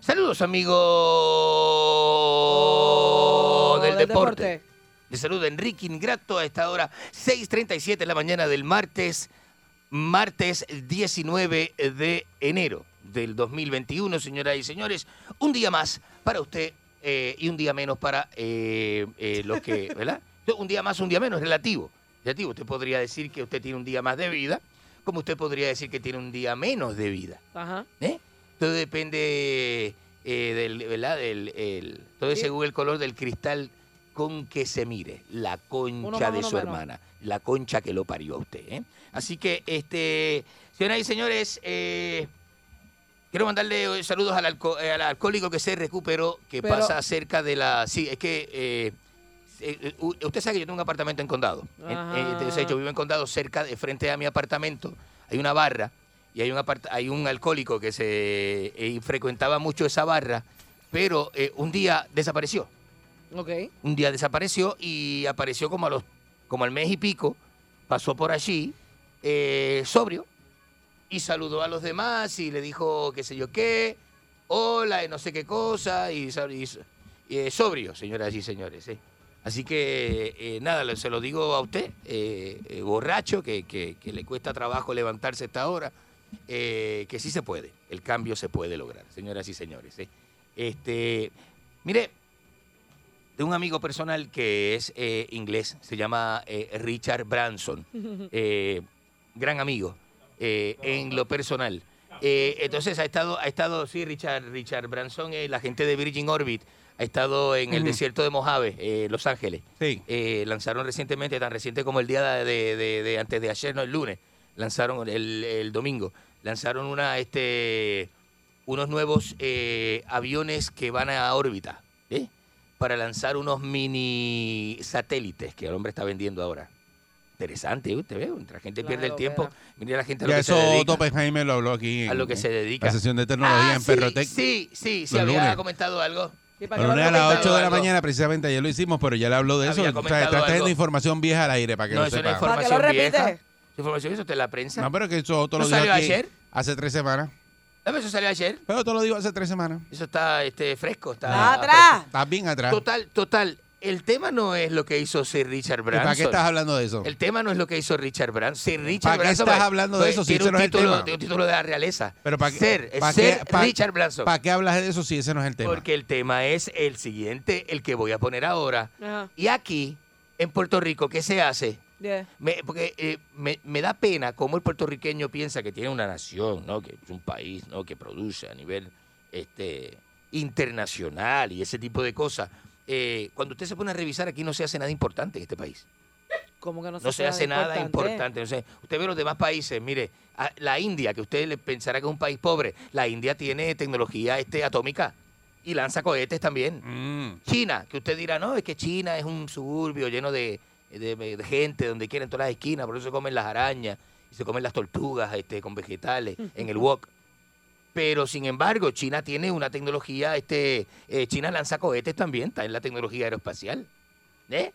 Speaker 3: Saludos, amigos Oh, del
Speaker 1: del
Speaker 3: deporte.
Speaker 1: deporte.
Speaker 3: Les saluda Enrique Ingrato a esta hora, 6.37 de la mañana del martes, martes 19 de enero del 2021, señoras y señores. Un día más para usted eh, y un día menos para eh, eh, los que, ¿verdad? Un día más, un día menos, relativo. relativo. Usted podría decir que usted tiene un día más de vida, como usted podría decir que tiene un día menos de vida.
Speaker 4: Ajá.
Speaker 3: ¿eh? Todo depende eh, del, ¿verdad? Del, el- todo es según el color del cristal con que se mire, la
Speaker 1: Uno
Speaker 3: concha
Speaker 1: más,
Speaker 3: de
Speaker 1: uno
Speaker 3: su
Speaker 1: menos.
Speaker 3: hermana, la concha que lo parió a usted. ¿eh? Así que, este, señoras y señores, eh, quiero mandarle hoy saludos al, alco- eh, al alcohólico que se recuperó, que
Speaker 1: Pero-
Speaker 3: pasa cerca de la... Sí, es que... eh, eh, u- usted sabe que yo tengo un apartamento en Condado. En-
Speaker 1: Ajá.
Speaker 3: eh, entonces, yo vivo en Condado, cerca, de frente a mi apartamento, hay una barra y hay un, aparta- hay un alcohólico que se eh, frecuentaba mucho esa barra, pero eh, un día desapareció.
Speaker 4: Ok.
Speaker 3: Un día desapareció y apareció como, a los, como al mes y pico, pasó por allí, eh, sobrio, y saludó a los demás y le dijo qué sé yo qué, hola y no sé qué cosa, y, sal- y so- y, eh, sobrio, señoras y señores. ¿eh? Así que eh, nada, lo- se lo digo a usted, eh, eh, borracho, que, que- que le cuesta trabajo levantarse a esta hora, eh, que sí se puede, el cambio se puede lograr, señoras y señores. ¿eh? Este, mire, de un amigo personal que es eh, inglés, se llama eh, Richard Branson. Eh, gran amigo eh, en lo personal. Eh, entonces ha estado, ha estado, sí, Richard, Richard Branson, eh, la gente de Virgin Orbit, ha estado en el
Speaker 2: Ujú.
Speaker 3: desierto de Mojave, eh, Los Ángeles.
Speaker 2: Sí.
Speaker 3: Eh, lanzaron recientemente, tan reciente como el día de, de- de antes de ayer, no el lunes, lanzaron el, el domingo, lanzaron una, este, unos nuevos eh, aviones que van a órbita, ¿eh? Para lanzar unos mini satélites que el hombre está vendiendo ahora. Interesante, ¿eh? usted ve, la gente pierde el tiempo, mira la gente a lo
Speaker 2: Ya
Speaker 3: que se
Speaker 2: eso
Speaker 3: dedica.
Speaker 2: Otto Jaime lo habló aquí.
Speaker 3: A lo que se dedica.
Speaker 2: La sesión de tecnología
Speaker 3: Ah,
Speaker 2: en
Speaker 3: sí,
Speaker 2: Perrotec.
Speaker 3: Sí, sí, sí,
Speaker 2: los
Speaker 3: había
Speaker 2: lunes.
Speaker 3: comentado algo.
Speaker 2: Los lunes a las 8 de la
Speaker 3: Algo.
Speaker 2: mañana, precisamente ayer lo hicimos, pero ya le habló de eso.
Speaker 3: Había
Speaker 2: O sea,
Speaker 3: comentado
Speaker 2: está trayendo
Speaker 3: algo.
Speaker 2: información vieja al aire para Ah, que
Speaker 3: No,
Speaker 2: lo
Speaker 3: eso no
Speaker 2: sepa.
Speaker 3: es información vieja. Esa Información eso está en la prensa.
Speaker 2: No, pero que eso Otto
Speaker 3: ¿No
Speaker 2: lo dijo
Speaker 3: salió
Speaker 2: aquí
Speaker 3: ayer?
Speaker 2: hace tres semanas.
Speaker 3: No, pero eso salió ayer.
Speaker 2: Pero te lo digo hace tres semanas.
Speaker 3: Eso está este, fresco. Está Ah.
Speaker 2: atrás. Estás bien atrás.
Speaker 3: Total, total. El tema no es lo que hizo Sir Richard Branson.
Speaker 2: ¿Para qué estás hablando de eso?
Speaker 3: El tema no es lo que hizo Richard Branson. Sir Richard
Speaker 2: ¿Para qué
Speaker 3: Branson,
Speaker 2: estás
Speaker 3: pues,
Speaker 2: hablando de
Speaker 3: pues,
Speaker 2: eso si
Speaker 3: tiene
Speaker 2: ese
Speaker 3: un
Speaker 2: no es el
Speaker 3: título,
Speaker 2: tema?
Speaker 3: tiene un título de la realeza.
Speaker 2: Pero para qué-
Speaker 3: Sir,
Speaker 2: para
Speaker 3: Sir
Speaker 2: qué- para-
Speaker 3: Richard Branson.
Speaker 2: ¿Para qué hablas de eso si ese no es el tema?
Speaker 3: Porque el tema es el siguiente, el que voy a poner ahora.
Speaker 4: Ajá.
Speaker 3: Y aquí, en Puerto Rico, ¿qué se hace? Me, porque eh, me, me da pena cómo el puertorriqueño piensa que tiene una nación, ¿no? que es un país ¿no? que produce a nivel este, internacional y ese tipo de cosas. Eh, cuando usted se pone a revisar, aquí no se hace nada importante en este país.
Speaker 4: ¿Cómo que no,
Speaker 3: No, se, hace nada importante. No sé, usted ve los demás países, mire, a- la India, que usted le pensará que es un país pobre, la India tiene tecnología este, atómica y lanza cohetes también. China, que usted dirá, no, es que China es un suburbio lleno de, de- de gente donde quieren todas las esquinas, por eso se comen las arañas y se comen las tortugas este, con vegetales en el wok. Pero sin embargo, China tiene una tecnología, este, eh, China lanza cohetes también, está en la tecnología aeroespacial. ¿Eh?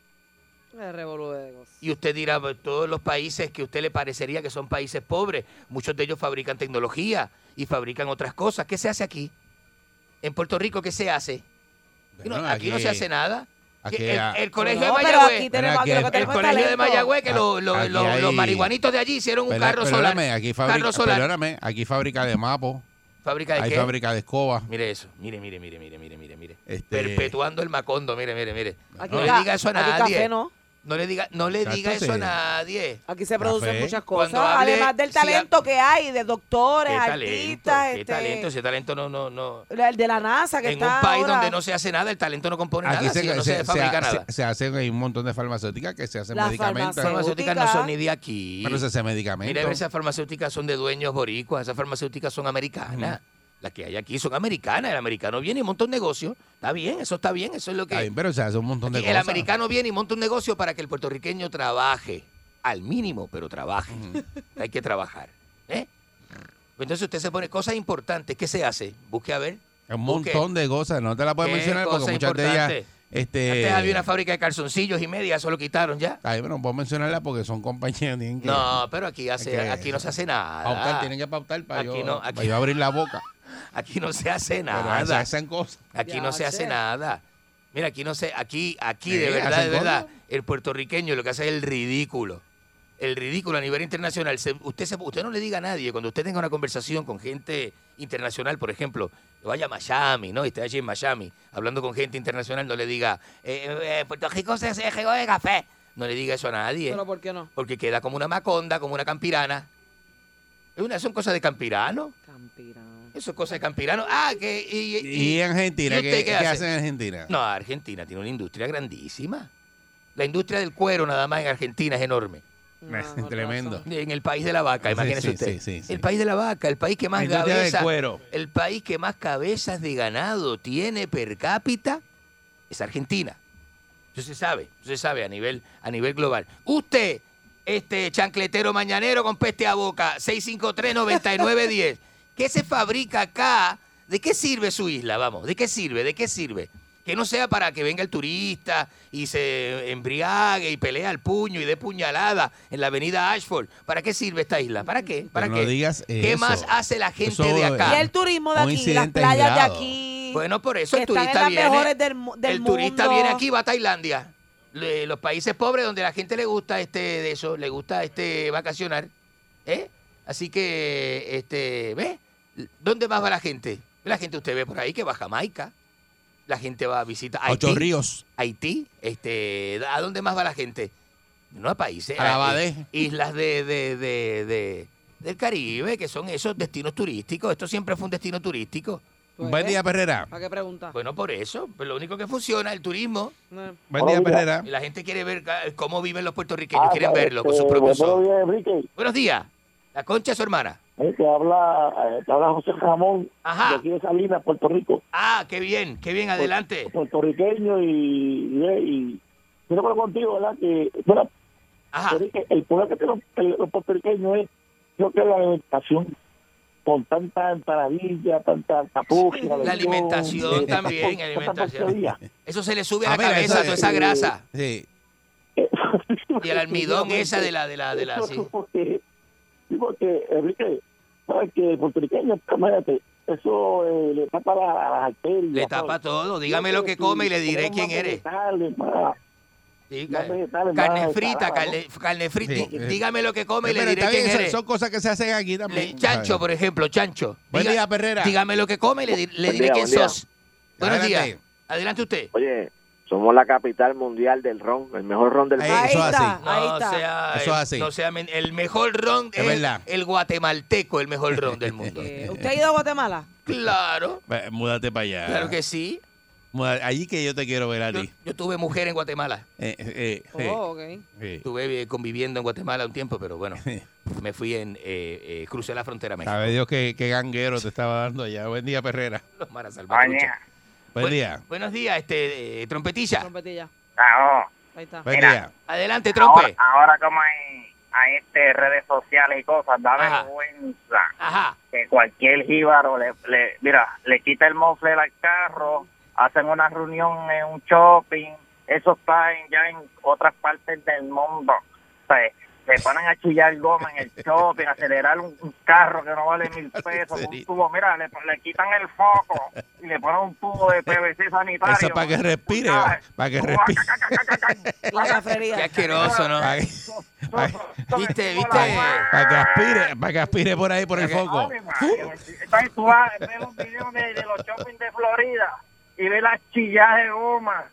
Speaker 4: Me revolú de cosas.
Speaker 3: Y usted dirá, "Pues, todos los países que a usted le parecería que son países pobres, muchos de ellos fabrican tecnología y fabrican otras cosas. ¿Qué se hace aquí? En Puerto Rico, ¿qué se hace?
Speaker 2: Bueno,
Speaker 3: No, aquí, no se
Speaker 2: aquí-
Speaker 3: hace nada.
Speaker 2: aquí
Speaker 3: Que el,
Speaker 2: a-
Speaker 3: el colegüe
Speaker 4: No,
Speaker 3: de
Speaker 4: pero
Speaker 3: Mayagüez,
Speaker 4: aquí tenemos- aquí lo que
Speaker 3: el
Speaker 4: tenemos es
Speaker 3: colegio de
Speaker 4: talento.
Speaker 3: Mayagüez, que lo- lo-
Speaker 2: Aquí
Speaker 3: lo- los
Speaker 2: hay-
Speaker 3: marihuanitos de allí hicieron un
Speaker 2: Perdón-
Speaker 3: carro solar.
Speaker 2: perdóname, Aquí fabrica,
Speaker 3: carro solar.
Speaker 2: Perdóname, aquí fábrica de mapos.
Speaker 3: ¿Fábrica de
Speaker 2: Hay
Speaker 3: qué?
Speaker 2: fábrica de escobas.
Speaker 3: Mire eso, mire, mire, mire, mire, mire, mire, mire.
Speaker 2: Este-
Speaker 3: Perpetuando el macondo, mire, mire, mire.
Speaker 4: Aquí
Speaker 3: no le
Speaker 4: ca-
Speaker 3: diga eso a
Speaker 4: aquí
Speaker 3: nadie.
Speaker 4: café no.
Speaker 3: No le diga, no le
Speaker 4: Chacho,
Speaker 3: diga eso a
Speaker 4: sí.
Speaker 3: nadie.
Speaker 4: Aquí se producen muchas cosas.
Speaker 3: Cuando hable-
Speaker 4: Además del
Speaker 3: si ha-
Speaker 4: talento que hay de doctores,
Speaker 3: qué talento,
Speaker 4: artistas,
Speaker 3: qué
Speaker 4: este,
Speaker 3: talento, ese talento no, no, no.
Speaker 4: la- el de la NASA que
Speaker 3: En un
Speaker 4: está
Speaker 3: país
Speaker 4: ahora-
Speaker 3: donde no se hace nada, el talento no compone
Speaker 2: Aquí
Speaker 3: nada,
Speaker 2: se,
Speaker 3: así que no se,
Speaker 2: se-
Speaker 3: fabrica
Speaker 2: se-
Speaker 3: nada.
Speaker 2: se- se hacen, hay un montón de farmacéuticas que se hacen
Speaker 3: Las
Speaker 2: medicamentos.
Speaker 3: farmacéuticas no son ni de aquí.
Speaker 2: Pero se hacen
Speaker 3: Mira,
Speaker 2: medicamentos.
Speaker 3: esas farmacéuticas son de dueños boricuas, esas farmacéuticas son americanas. Las que hay aquí son americanas. El americano viene y monta un negocio. Está bien, eso está bien, eso es lo que.
Speaker 2: Está bien, pero se hace un montón de
Speaker 3: Aquí el
Speaker 2: cosas.
Speaker 3: americano viene y monta un negocio para que el puertorriqueño trabaje. Al mínimo, pero trabaje. Hay que trabajar. ¿eh? Entonces usted se pone cosas importantes. ¿Qué se hace? Busque a ver.
Speaker 2: Un
Speaker 3: Busque.
Speaker 2: montón de cosas. No te las puedo
Speaker 3: ¿Qué
Speaker 2: mencionar
Speaker 3: cosa
Speaker 2: porque muchas de ellas.
Speaker 3: importante?
Speaker 2: Este,
Speaker 3: Antes había una fábrica de calzoncillos y media, eso lo quitaron ya.
Speaker 2: Ay, bueno, puedo mencionarlas porque son compañías. tienen que-
Speaker 3: No, pero aquí hace,
Speaker 2: que-
Speaker 3: aquí no se hace nada.
Speaker 2: Pautar, tienen que pautar para
Speaker 3: aquí
Speaker 2: yo-
Speaker 3: no,
Speaker 2: para yo abrir la boca.
Speaker 3: Aquí no se hace
Speaker 2: Pero
Speaker 3: nada.
Speaker 2: se hacen cosas.
Speaker 3: Aquí no se
Speaker 2: Ya
Speaker 3: hace
Speaker 2: sé.
Speaker 3: nada. Mira, aquí no se, aquí, aquí
Speaker 2: Sí,
Speaker 3: de verdad, de
Speaker 2: hacen
Speaker 3: verdad, el puertorriqueño lo que hace es el ridículo. El ridículo a nivel internacional. Se- usted, se- usted no le diga a nadie, cuando usted tenga una conversación con gente internacional, por ejemplo, vaya a Miami, ¿no? Y esté allí en Miami, hablando con gente internacional, no le diga, eh, eh, Puerto Rico se hace juego de café. No le diga eso a nadie.
Speaker 4: Pero ¿por qué no?
Speaker 3: Porque queda como una maconda, como una campirana. Es una, son cosas de campirano. Campirano. Eso es cosa de campirano. Ah, que. Y,
Speaker 2: Y en Argentina,
Speaker 3: ¿y usted
Speaker 2: ¿qué, qué hacen en Argentina?
Speaker 3: No, Argentina tiene una industria grandísima. La industria del cuero, nada más en Argentina, es enorme.
Speaker 2: Tremendo.
Speaker 3: En el país de la vaca,
Speaker 2: Sí,
Speaker 3: imagínese
Speaker 2: sí,
Speaker 3: usted.
Speaker 2: sí, sí, sí.
Speaker 3: El país de la vaca, el país que más
Speaker 2: La industria del
Speaker 3: cabezas.
Speaker 2: cuero.
Speaker 3: El país que más cabezas de ganado tiene per cápita es Argentina. Eso se sabe, eso se sabe a nivel, a nivel global. Usted, este chancletero mañanero con peste a boca, 653-9910, ¿qué se fabrica acá? ¿De qué sirve su isla? Vamos, ¿de qué sirve? ¿De qué sirve? Que no sea para que venga el turista y se embriague y pelea al puño y dé puñalada en la avenida Ashford. ¿Para qué sirve esta isla? ¿Para qué? ¿Para
Speaker 2: Pero
Speaker 3: qué?
Speaker 2: no digas
Speaker 3: ¿Qué
Speaker 2: eso.
Speaker 3: más hace la gente
Speaker 2: Eso
Speaker 3: de acá?
Speaker 4: Y el turismo de
Speaker 2: Un
Speaker 4: aquí, las
Speaker 2: incidente
Speaker 4: playas
Speaker 2: aislado.
Speaker 4: de aquí.
Speaker 3: Bueno, por eso
Speaker 4: que
Speaker 3: el
Speaker 4: están en
Speaker 3: turista
Speaker 4: las
Speaker 3: viene.
Speaker 4: mejores del, mu- del
Speaker 3: el turista
Speaker 4: mundo.
Speaker 3: viene aquí y va a Tailandia. Le- los países pobres donde la gente le gusta este de eso, le gusta este vacacionar, ¿eh? Así que este, ¿ve? ¿Dónde más va la gente? La gente usted ve por ahí que va a Jamaica. La gente va a visitar Haití.
Speaker 2: Ocho Ríos.
Speaker 3: Haití, este, ¿a dónde más va la gente? No hay países.
Speaker 15: A la
Speaker 3: hay
Speaker 15: Badé.
Speaker 3: Islas de, de, de, de- del Caribe, que son esos destinos turísticos. Esto siempre fue un destino turístico.
Speaker 2: Buen día,
Speaker 4: Pues,
Speaker 2: Perrera.
Speaker 4: ¿Para qué pregunta?
Speaker 3: Bueno, por eso. Pues lo único que funciona, el turismo.
Speaker 2: Buen día, Perrera.
Speaker 3: Y la gente quiere ver ca- cómo viven los
Speaker 9: Ah,
Speaker 3: puertorriqueños, quieren verlo con sus
Speaker 9: Buenos
Speaker 3: propios ojos.
Speaker 9: días, Enrique.
Speaker 3: Buenos días. La concha de su hermana.
Speaker 9: Eh, Te habla, eh, te habla José Ramón, de aquí de Salinas, Puerto Rico.
Speaker 3: Ah, qué bien, qué bien, adelante.
Speaker 9: Pues, Puertorriqueño y, y, y- yo recuerdo contigo, ¿verdad? Que, bueno, Enrique, el problema que tienen los, los puertorriqueños es, yo creo, la alimentación. Con tanta empanadilla, tanta tapuja.
Speaker 3: La
Speaker 9: eh,
Speaker 3: alimentación también, alimentación. Eso se le sube
Speaker 2: Ah,
Speaker 3: a la cabeza, toda Ah, esa grasa.
Speaker 2: Sí.
Speaker 3: Y el almidón esa de la, de la, de la, sí.
Speaker 9: porque, sí, porque, Enrique, sabes que el puertorriqueño, imagínate, eso eh, le tapa la- las arterias.
Speaker 3: Le tapa
Speaker 9: ¿sabes?
Speaker 3: todo. Dígame lo que come y le diré quién eres. Sí, ca- Carne frita, carne, carne frita.
Speaker 2: Sí.
Speaker 3: Dí- Dígame lo que come y le
Speaker 2: Pero
Speaker 3: diré
Speaker 2: está bien,
Speaker 3: quién
Speaker 2: son-
Speaker 3: eres.
Speaker 2: son cosas que se hacen aquí también.
Speaker 3: Le- chancho, por ejemplo, chancho.
Speaker 2: Buen
Speaker 3: Diga-
Speaker 2: día, Perrera.
Speaker 3: Dígame lo que come y le, di- le
Speaker 16: Buen
Speaker 3: diré
Speaker 16: día,
Speaker 3: quién
Speaker 16: buen día.
Speaker 3: sos. Buenos
Speaker 16: Adelante.
Speaker 3: días. Adelante usted.
Speaker 16: Oye, somos la capital mundial del ron, el mejor ron del mundo.
Speaker 3: No sea,
Speaker 16: Eso es así.
Speaker 3: No sea, men- el mejor ron es, el guatemalteco, el mejor ron del mundo.
Speaker 4: ¿Usted ha ido a Guatemala?
Speaker 3: Claro.
Speaker 2: Eh, Múdate para allá.
Speaker 3: Claro que sí.
Speaker 2: Múdate- Allí que yo te quiero ver a ti.
Speaker 3: Yo tuve mujer en Guatemala.
Speaker 2: Eh, eh, eh,
Speaker 3: Oh,
Speaker 4: eh.
Speaker 3: Estuve eh, conviviendo en Guatemala un tiempo, pero bueno, me fui en, eh, eh, crucé la frontera a México.
Speaker 2: Sabe Dios qué, qué ganguero te estaba dando allá. Buen día, Perrera.
Speaker 3: Los maras salvatruchas.
Speaker 2: Buen día.
Speaker 3: Buenos días, este, eh, trompetilla.
Speaker 4: Trompetilla. Ahí está.
Speaker 2: Buen día.
Speaker 3: Adelante,
Speaker 6: Ahora,
Speaker 3: trompe.
Speaker 6: ahora como hay, hay, este, redes sociales y cosas, da vergüenza que cualquier jíbaro le, le- mira, le quita el mofle al carro, hacen una reunión en un shopping, eso está en- ya en otras partes del mundo. O sea, se ponen a chillar goma en el shopping, acelerar un, un carro que no vale mil pesos, con un tubo, mira, le, le quitan el foco y le ponen un tubo de PVC sanitario.
Speaker 2: Eso para que respire, para que respire.
Speaker 4: La cafrería.
Speaker 3: Qué asqueroso, ¿no? ¿Viste, viste?
Speaker 2: Para que aspire, para que aspire por ahí, por el foco.
Speaker 6: Entonces tú vas, ves los videos de, de los shopping de Florida y ves las chillas de goma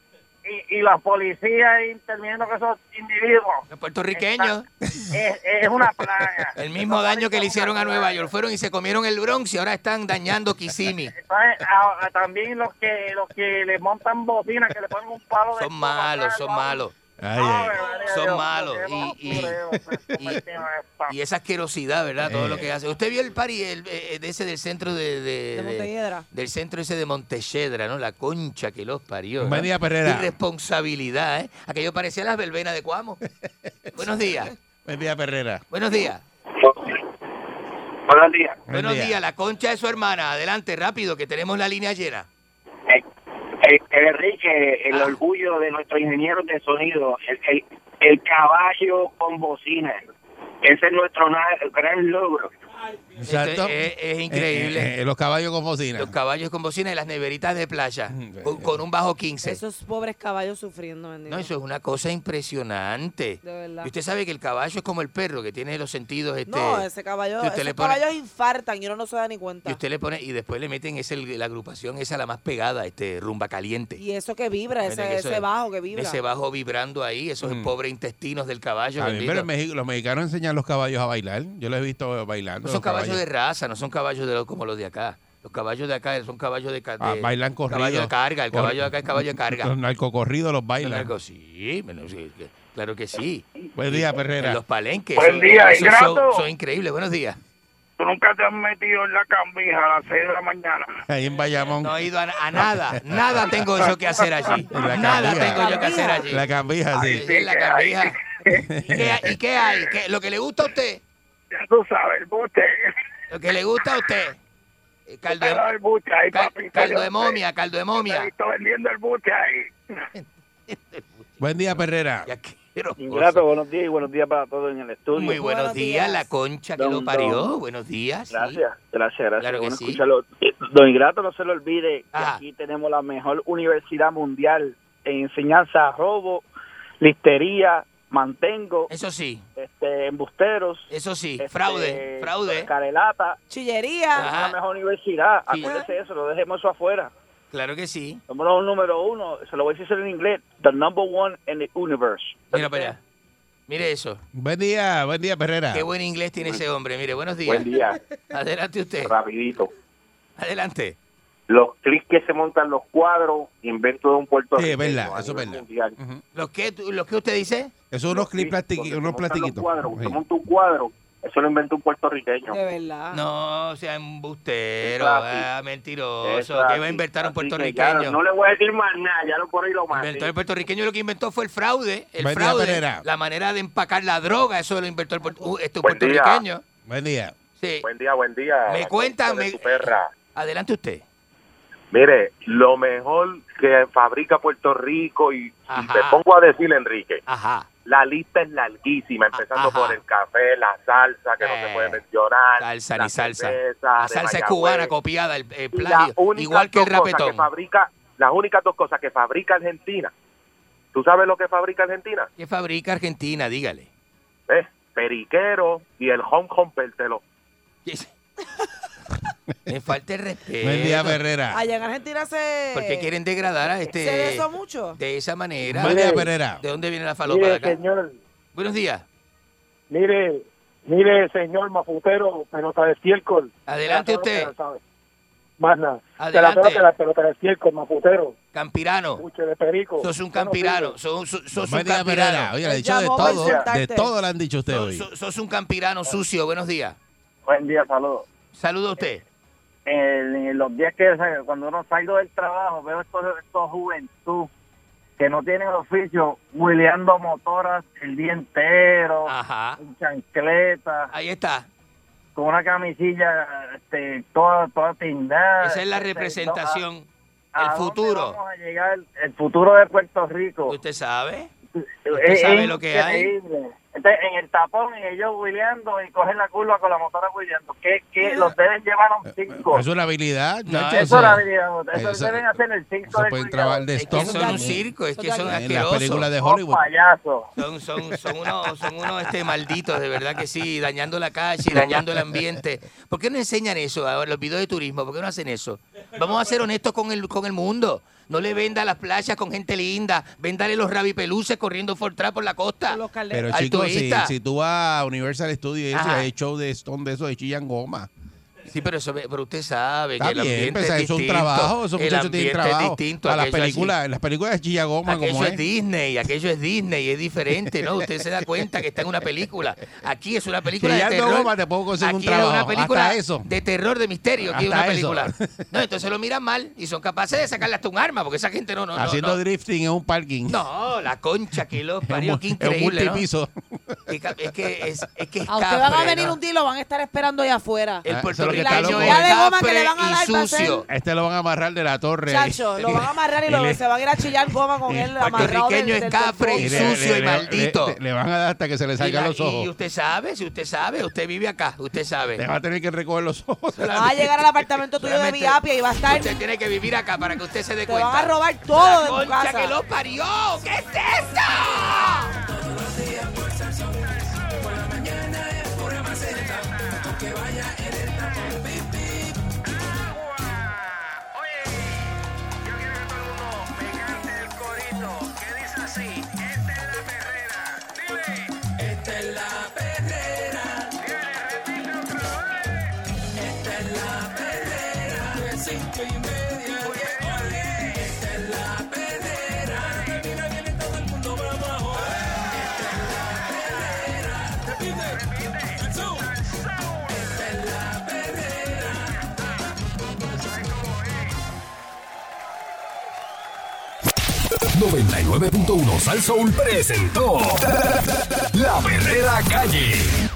Speaker 6: y, y la policía ahí interviniendo con esos individuos.
Speaker 3: Los puertorriqueños.
Speaker 6: Es, es una plaga.
Speaker 3: El mismo daño que le hicieron a Nueva York. Fueron y se comieron el Bronx y ahora están dañando Kissimmee.
Speaker 6: Entonces, a- a- también los que los que le montan bocina, que le ponen un palo de...
Speaker 3: Son malos, son malos.
Speaker 2: Ay, ay.
Speaker 3: Son malos. Y, y, y- y esa asquerosidad, ¿verdad? Todo lo
Speaker 2: Eh.
Speaker 3: que hace. ¿Usted vio el party el, eh, de ese del centro de... de-
Speaker 4: De
Speaker 3: de-
Speaker 4: Montelledra.
Speaker 3: Del centro ese de Montelledra, ¿no? La concha que los parió.
Speaker 2: Buen
Speaker 3: ¿no?
Speaker 2: día, Perrera.
Speaker 3: Irresponsabilidad, ¿eh? Aquello parecía las verbenas de Cuamo. Buenos días.
Speaker 2: Buen día, Perrera.
Speaker 3: Buenos días.
Speaker 17: Buenos días.
Speaker 3: Buenos
Speaker 2: día.
Speaker 3: días. La concha de su hermana. Adelante, rápido, que tenemos la línea llena.
Speaker 17: Eh, Enrique,
Speaker 2: Ah.
Speaker 17: el orgullo de nuestros ingenieros de sonido, el, el, el caballo con bocina. Ese es nuestro na- gran logro.
Speaker 2: Exacto.
Speaker 3: Este, es, es increíble.
Speaker 2: Eh, eh, eh, los caballos con bocina.
Speaker 3: Los caballos con bocina y las neveritas de playa con, con un bajo 15.
Speaker 4: Esos pobres caballos sufriendo, bendito.
Speaker 3: No, eso es una cosa impresionante.
Speaker 4: De verdad.
Speaker 3: Y usted sabe que el caballo es como el perro que tiene los sentidos este
Speaker 4: No, ese caballo,
Speaker 3: y usted
Speaker 4: esos
Speaker 3: le pone-
Speaker 4: caballos infartan y uno no se da ni cuenta.
Speaker 3: y usted le pone y después le meten ese la agrupación esa la más pegada, este rumba caliente.
Speaker 4: Y eso que vibra,
Speaker 3: Miren
Speaker 4: ese,
Speaker 3: que eso
Speaker 4: ese
Speaker 3: es-
Speaker 4: bajo que vibra.
Speaker 3: Ese bajo vibrando ahí, esos pobres intestinos del caballo.
Speaker 2: Mm. Está bien,
Speaker 3: bendito.
Speaker 2: pero en México, los mexicanos enseñan los caballos a bailar. Yo los he visto
Speaker 3: No
Speaker 2: bailando.
Speaker 3: son
Speaker 2: los
Speaker 3: caballos, de raza, no son caballos de los, como los de acá. Los caballos de acá son caballos de, ca-
Speaker 2: Ah,
Speaker 3: de-
Speaker 2: bailan corrido.
Speaker 3: Caballo de carga, el
Speaker 2: Cor-
Speaker 3: caballo de acá es caballo de carga.
Speaker 2: Los narcocorridos los
Speaker 3: Los
Speaker 2: bailan.
Speaker 3: narcos, sí, bueno, sí, que- claro que sí.
Speaker 2: Buen día,
Speaker 3: Y-
Speaker 2: Perrera.
Speaker 3: en Los palenques.
Speaker 2: Buen día,
Speaker 3: son-
Speaker 2: ingrato.
Speaker 3: Son, son increíbles, buenos días.
Speaker 17: Tú nunca te has metido en la cambija a las 6 de la mañana.
Speaker 2: Ahí en Bayamón.
Speaker 3: No he ido a, a nada, nada tengo yo que hacer allí. Nada
Speaker 2: cambija.
Speaker 3: tengo yo que hacer allí.
Speaker 2: La cambija, sí.
Speaker 3: En la cambija. ¿Y qué, y qué hay? ¿Qué- ¿Lo que le gusta a usted?
Speaker 17: Ya tú sabes, el bote.
Speaker 3: ¿Lo que le gusta a usted? Eh, Caldo de,
Speaker 17: El bote ahí,
Speaker 3: cal-
Speaker 17: papi.
Speaker 3: caldo de momia, caldo de momia.
Speaker 17: Estoy vendiendo el bote ahí.
Speaker 2: Buen día, Perrera.
Speaker 3: Ingrato,
Speaker 18: buenos días y buenos días para todos en el estudio.
Speaker 3: Muy buenos Buenos días, días. la concha que lo parió. Buenos días.
Speaker 18: Gracias, gracias, gracias.
Speaker 3: Claro que
Speaker 18: Bueno,
Speaker 3: sí. Ah.
Speaker 18: escúchalo. Eh, Don Ingrato, no se lo olvide que
Speaker 3: Ajá.
Speaker 18: aquí tenemos la mejor universidad mundial en enseñanza a robo, listería, mantengo.
Speaker 3: Eso sí.
Speaker 18: Este, embusteros. este,
Speaker 3: Eso sí, fraude, fraude.
Speaker 18: Carelata.
Speaker 4: Chillería.
Speaker 18: Es la mejor universidad. Acuérdese de eso, no dejemos eso afuera.
Speaker 3: Claro que sí.
Speaker 18: Somos los número uno, se lo voy a decir en inglés, the number one in the universe.
Speaker 3: Mira para allá. Mire eso.
Speaker 2: Buen día, buen día, Perrera.
Speaker 3: Qué buen inglés tiene ese hombre. Mire, buenos días.
Speaker 2: Buen día.
Speaker 3: Adelante usted.
Speaker 8: Rapidito.
Speaker 3: Adelante.
Speaker 8: Los clics que se montan los cuadros, invento de un puerto
Speaker 2: Sí, es verdad, eso es verdad.
Speaker 3: ¿Los que, ¿Los que usted dice?
Speaker 2: Esos son unos clips plastiqui- unos plastiquitos. Sí.
Speaker 8: monta un cuadro, eso lo inventó un puertorriqueño.
Speaker 4: verdad.
Speaker 3: No, sea embustero,
Speaker 8: Es así.
Speaker 3: ah, mentiroso.
Speaker 8: Es
Speaker 3: ¿Qué va a
Speaker 8: así.
Speaker 3: inventar un
Speaker 8: Así que
Speaker 3: puertorriqueño?
Speaker 8: ya, no le voy a decir más nada, ya lo por ahí lo más.
Speaker 3: Inventó el puertorriqueño lo que inventó fue el fraude. El
Speaker 2: Buen día,
Speaker 3: fraude.
Speaker 2: Pereira.
Speaker 3: la manera de empacar la droga, eso lo inventó el puerto- uh, este
Speaker 8: Buen día.
Speaker 3: puertorriqueño.
Speaker 2: Buen día.
Speaker 3: Sí.
Speaker 8: Buen día, buen día.
Speaker 3: Me cuenta,
Speaker 8: Hijo de
Speaker 3: me-
Speaker 8: su perra.
Speaker 3: Adelante usted.
Speaker 8: Mire, lo mejor que fabrica Puerto Rico y, y
Speaker 3: Ajá.
Speaker 8: te pongo a decir, Enrique,
Speaker 3: Ajá. Ah,
Speaker 8: la lista es larguísima, empezando
Speaker 3: Ajá.
Speaker 8: por el café, la salsa, que no
Speaker 3: Eh,
Speaker 8: se puede mencionar.
Speaker 3: salsa
Speaker 8: la
Speaker 3: ni salsa.
Speaker 8: cerveza
Speaker 3: La
Speaker 8: de
Speaker 3: salsa es
Speaker 8: Mayagüez.
Speaker 3: cubana copiada, el, el
Speaker 8: Y
Speaker 3: plagio,
Speaker 8: las únicas
Speaker 3: igual que el
Speaker 8: dos cosas
Speaker 3: rapetón.
Speaker 8: fabrica, las únicas dos cosas que fabrica Argentina. ¿Tú sabes lo que fabrica Argentina?
Speaker 3: ¿Qué fabrica Argentina? Dígale.
Speaker 8: ¿Ves? Periquero y el home Kong Peltelo.
Speaker 3: Me falta el respeto.
Speaker 2: Buen día, Herrera.
Speaker 4: Allá en Argentina se.
Speaker 3: ¿Por qué quieren degradar a este
Speaker 4: eh, ¿Se besó mucho?
Speaker 3: de esa manera?
Speaker 2: Buen día, Pereira.
Speaker 3: ¿De dónde viene la falopa de
Speaker 9: Mire,
Speaker 3: acá?
Speaker 9: señor,
Speaker 3: Buenos días.
Speaker 9: mire, Eh, mire, señor mafutero, pelota de estiércol.
Speaker 3: Adelante
Speaker 9: Ya sabe
Speaker 3: usted.
Speaker 9: que la sabe. Más nada. Te la
Speaker 3: Adelante.
Speaker 9: pelota, la pelota de estiércol, mafutero.
Speaker 3: Campirano.
Speaker 9: Puche de perico.
Speaker 3: Sos un
Speaker 9: Usted no
Speaker 3: campirano.
Speaker 9: sirve.
Speaker 3: Sos, sos- sos
Speaker 2: Buen
Speaker 3: un
Speaker 2: día, Perrera.
Speaker 3: campirano.
Speaker 2: Oye, le he dicho de todo, de todo le han dicho a usted hoy.
Speaker 3: Sos, sos un campirano sucio. Buenos días.
Speaker 6: Buen día, saludos.
Speaker 3: Saludo a usted.
Speaker 6: El- los días que eh, cuando uno salgo del trabajo veo estos estos juventud que no tienen oficio, huileando motoras el día entero, en chancleta.
Speaker 3: Ahí está.
Speaker 6: Con una camisilla este, toda, toda tindada.
Speaker 3: Esa es la
Speaker 6: Este,
Speaker 3: representación.
Speaker 6: ¿a- a
Speaker 3: El
Speaker 6: dónde
Speaker 3: futuro.
Speaker 6: vamos a llegar? El futuro de Puerto Rico.
Speaker 3: ¿Usted sabe?
Speaker 6: Eh,
Speaker 3: ¿Usted sabe
Speaker 6: es
Speaker 3: lo que hay?
Speaker 6: increíble. Entonces, en el tapón y ellos huileando y coger la curva con la motora huileando. ¿Qué, qué? Los deben llevar a un cinco.
Speaker 2: Eso es una habilidad.
Speaker 6: No,
Speaker 2: chacho,
Speaker 6: eso
Speaker 2: o sea, eh,
Speaker 6: la diríamos, eso
Speaker 2: eso-
Speaker 6: deben hacer el cinco
Speaker 2: eso
Speaker 6: del
Speaker 2: pueden
Speaker 6: cuidado.
Speaker 2: trabajar de stock.
Speaker 3: son un circo, es que son
Speaker 2: En las
Speaker 3: asquerosos.
Speaker 2: películas de
Speaker 6: Oh,
Speaker 2: Hollywood.
Speaker 6: payasos.
Speaker 3: Son, son, son unos, son unos este, malditos, de verdad que sí, dañando la calle, y dañando el ambiente. ¿Por qué no enseñan eso a los videos de turismo? ¿Por qué no hacen eso? Vamos a ser honestos con el, con el mundo. No le venda las playas con gente linda, véndale los rabipeluces corriendo Fortra por la costa.
Speaker 2: Pero
Speaker 3: al
Speaker 2: chicos, si,
Speaker 3: turista.
Speaker 2: si tú vas a Universal Studios y eso,
Speaker 3: Ajá.
Speaker 2: hay show de Stone de eso de Chillan Goma.
Speaker 3: Sí, pero, eso, pero usted sabe
Speaker 2: Está
Speaker 3: que el
Speaker 2: bien,
Speaker 3: ambiente
Speaker 2: pues, eso
Speaker 3: es
Speaker 2: es un
Speaker 3: distinto.
Speaker 2: trabajo, esos
Speaker 3: El
Speaker 2: muchachos tienen
Speaker 3: ambiente es
Speaker 2: trabajo.
Speaker 3: distinto,
Speaker 2: a las
Speaker 3: aquello es así.
Speaker 2: películas, las películas de Chilla Goma,
Speaker 3: Aquello
Speaker 2: como
Speaker 3: es,
Speaker 2: es.
Speaker 3: Disney, aquello es Disney, es diferente, ¿no? Usted se da cuenta que está en una película. Aquí es una película de
Speaker 2: Chillando
Speaker 3: terror.
Speaker 2: goma, te puedo conseguir un
Speaker 3: Aquí es
Speaker 2: trabajo.
Speaker 3: una
Speaker 2: Hasta
Speaker 3: película
Speaker 2: eso.
Speaker 3: de terror, de misterio. Aquí es
Speaker 2: Hasta
Speaker 3: una
Speaker 2: eso.
Speaker 3: película. No, entonces lo miran mal y son capaces de sacarle hasta un arma, porque esa gente no, no, no,
Speaker 2: Haciendo
Speaker 3: no.
Speaker 2: drifting en un parking.
Speaker 3: No, la concha que los
Speaker 2: es
Speaker 3: parió,
Speaker 2: un,
Speaker 3: qué
Speaker 2: es un
Speaker 3: increíble, ¿no?
Speaker 2: multipiso.
Speaker 3: Qué ca- Es que es, es que es
Speaker 4: A usted
Speaker 3: cafre,
Speaker 4: van a venir
Speaker 3: ¿no?
Speaker 4: un día y lo van a estar esperando allá
Speaker 2: Ah,
Speaker 4: afuera.
Speaker 3: El
Speaker 2: eso es lo que está
Speaker 3: puertorriqueño
Speaker 2: loco.
Speaker 3: es
Speaker 4: Ya de goma que
Speaker 3: cafre
Speaker 4: le van a
Speaker 3: y
Speaker 4: dar para hacer.
Speaker 3: sucio.
Speaker 2: Este lo van a amarrar de la torre.
Speaker 4: Chacho, lo van a amarrar y
Speaker 2: Y
Speaker 4: lo,
Speaker 2: le-
Speaker 4: se van a ir a chillar goma con él amarrado del,
Speaker 3: Puertorriqueño es
Speaker 4: del-
Speaker 3: cafre y
Speaker 2: Y le-
Speaker 3: sucio
Speaker 2: le-
Speaker 3: y
Speaker 2: le-
Speaker 3: maldito.
Speaker 2: Le, le van a dar hasta que se le salgan
Speaker 3: la-
Speaker 2: los ojos.
Speaker 3: y usted sabe, si usted sabe, usted vive acá, usted sabe.
Speaker 2: Le va a tener que recoger los ojos.
Speaker 4: Va a llegar al apartamento tuyo de
Speaker 3: Solamente-
Speaker 4: Viapia y va a estar...
Speaker 3: Usted tiene que vivir acá para que usted se dé
Speaker 4: Te
Speaker 3: cuenta.
Speaker 4: van a robar todo de
Speaker 3: La
Speaker 4: tu
Speaker 3: concha
Speaker 4: casa.
Speaker 3: que lo parió. ¿Qué
Speaker 1: Este
Speaker 3: es eso?
Speaker 1: Esta Este es la perrera. Esta Este es la perrera. De cinco y media. Olé. Esta es la perrera. Mira, viene todo el mundo, vamos a joder. Esta es la perrera. Repite. Al sur. Esta es la perrera. ¿Sabes cómo es?
Speaker 13: 99.1 Sal Soul presentó La Verdadera Calle.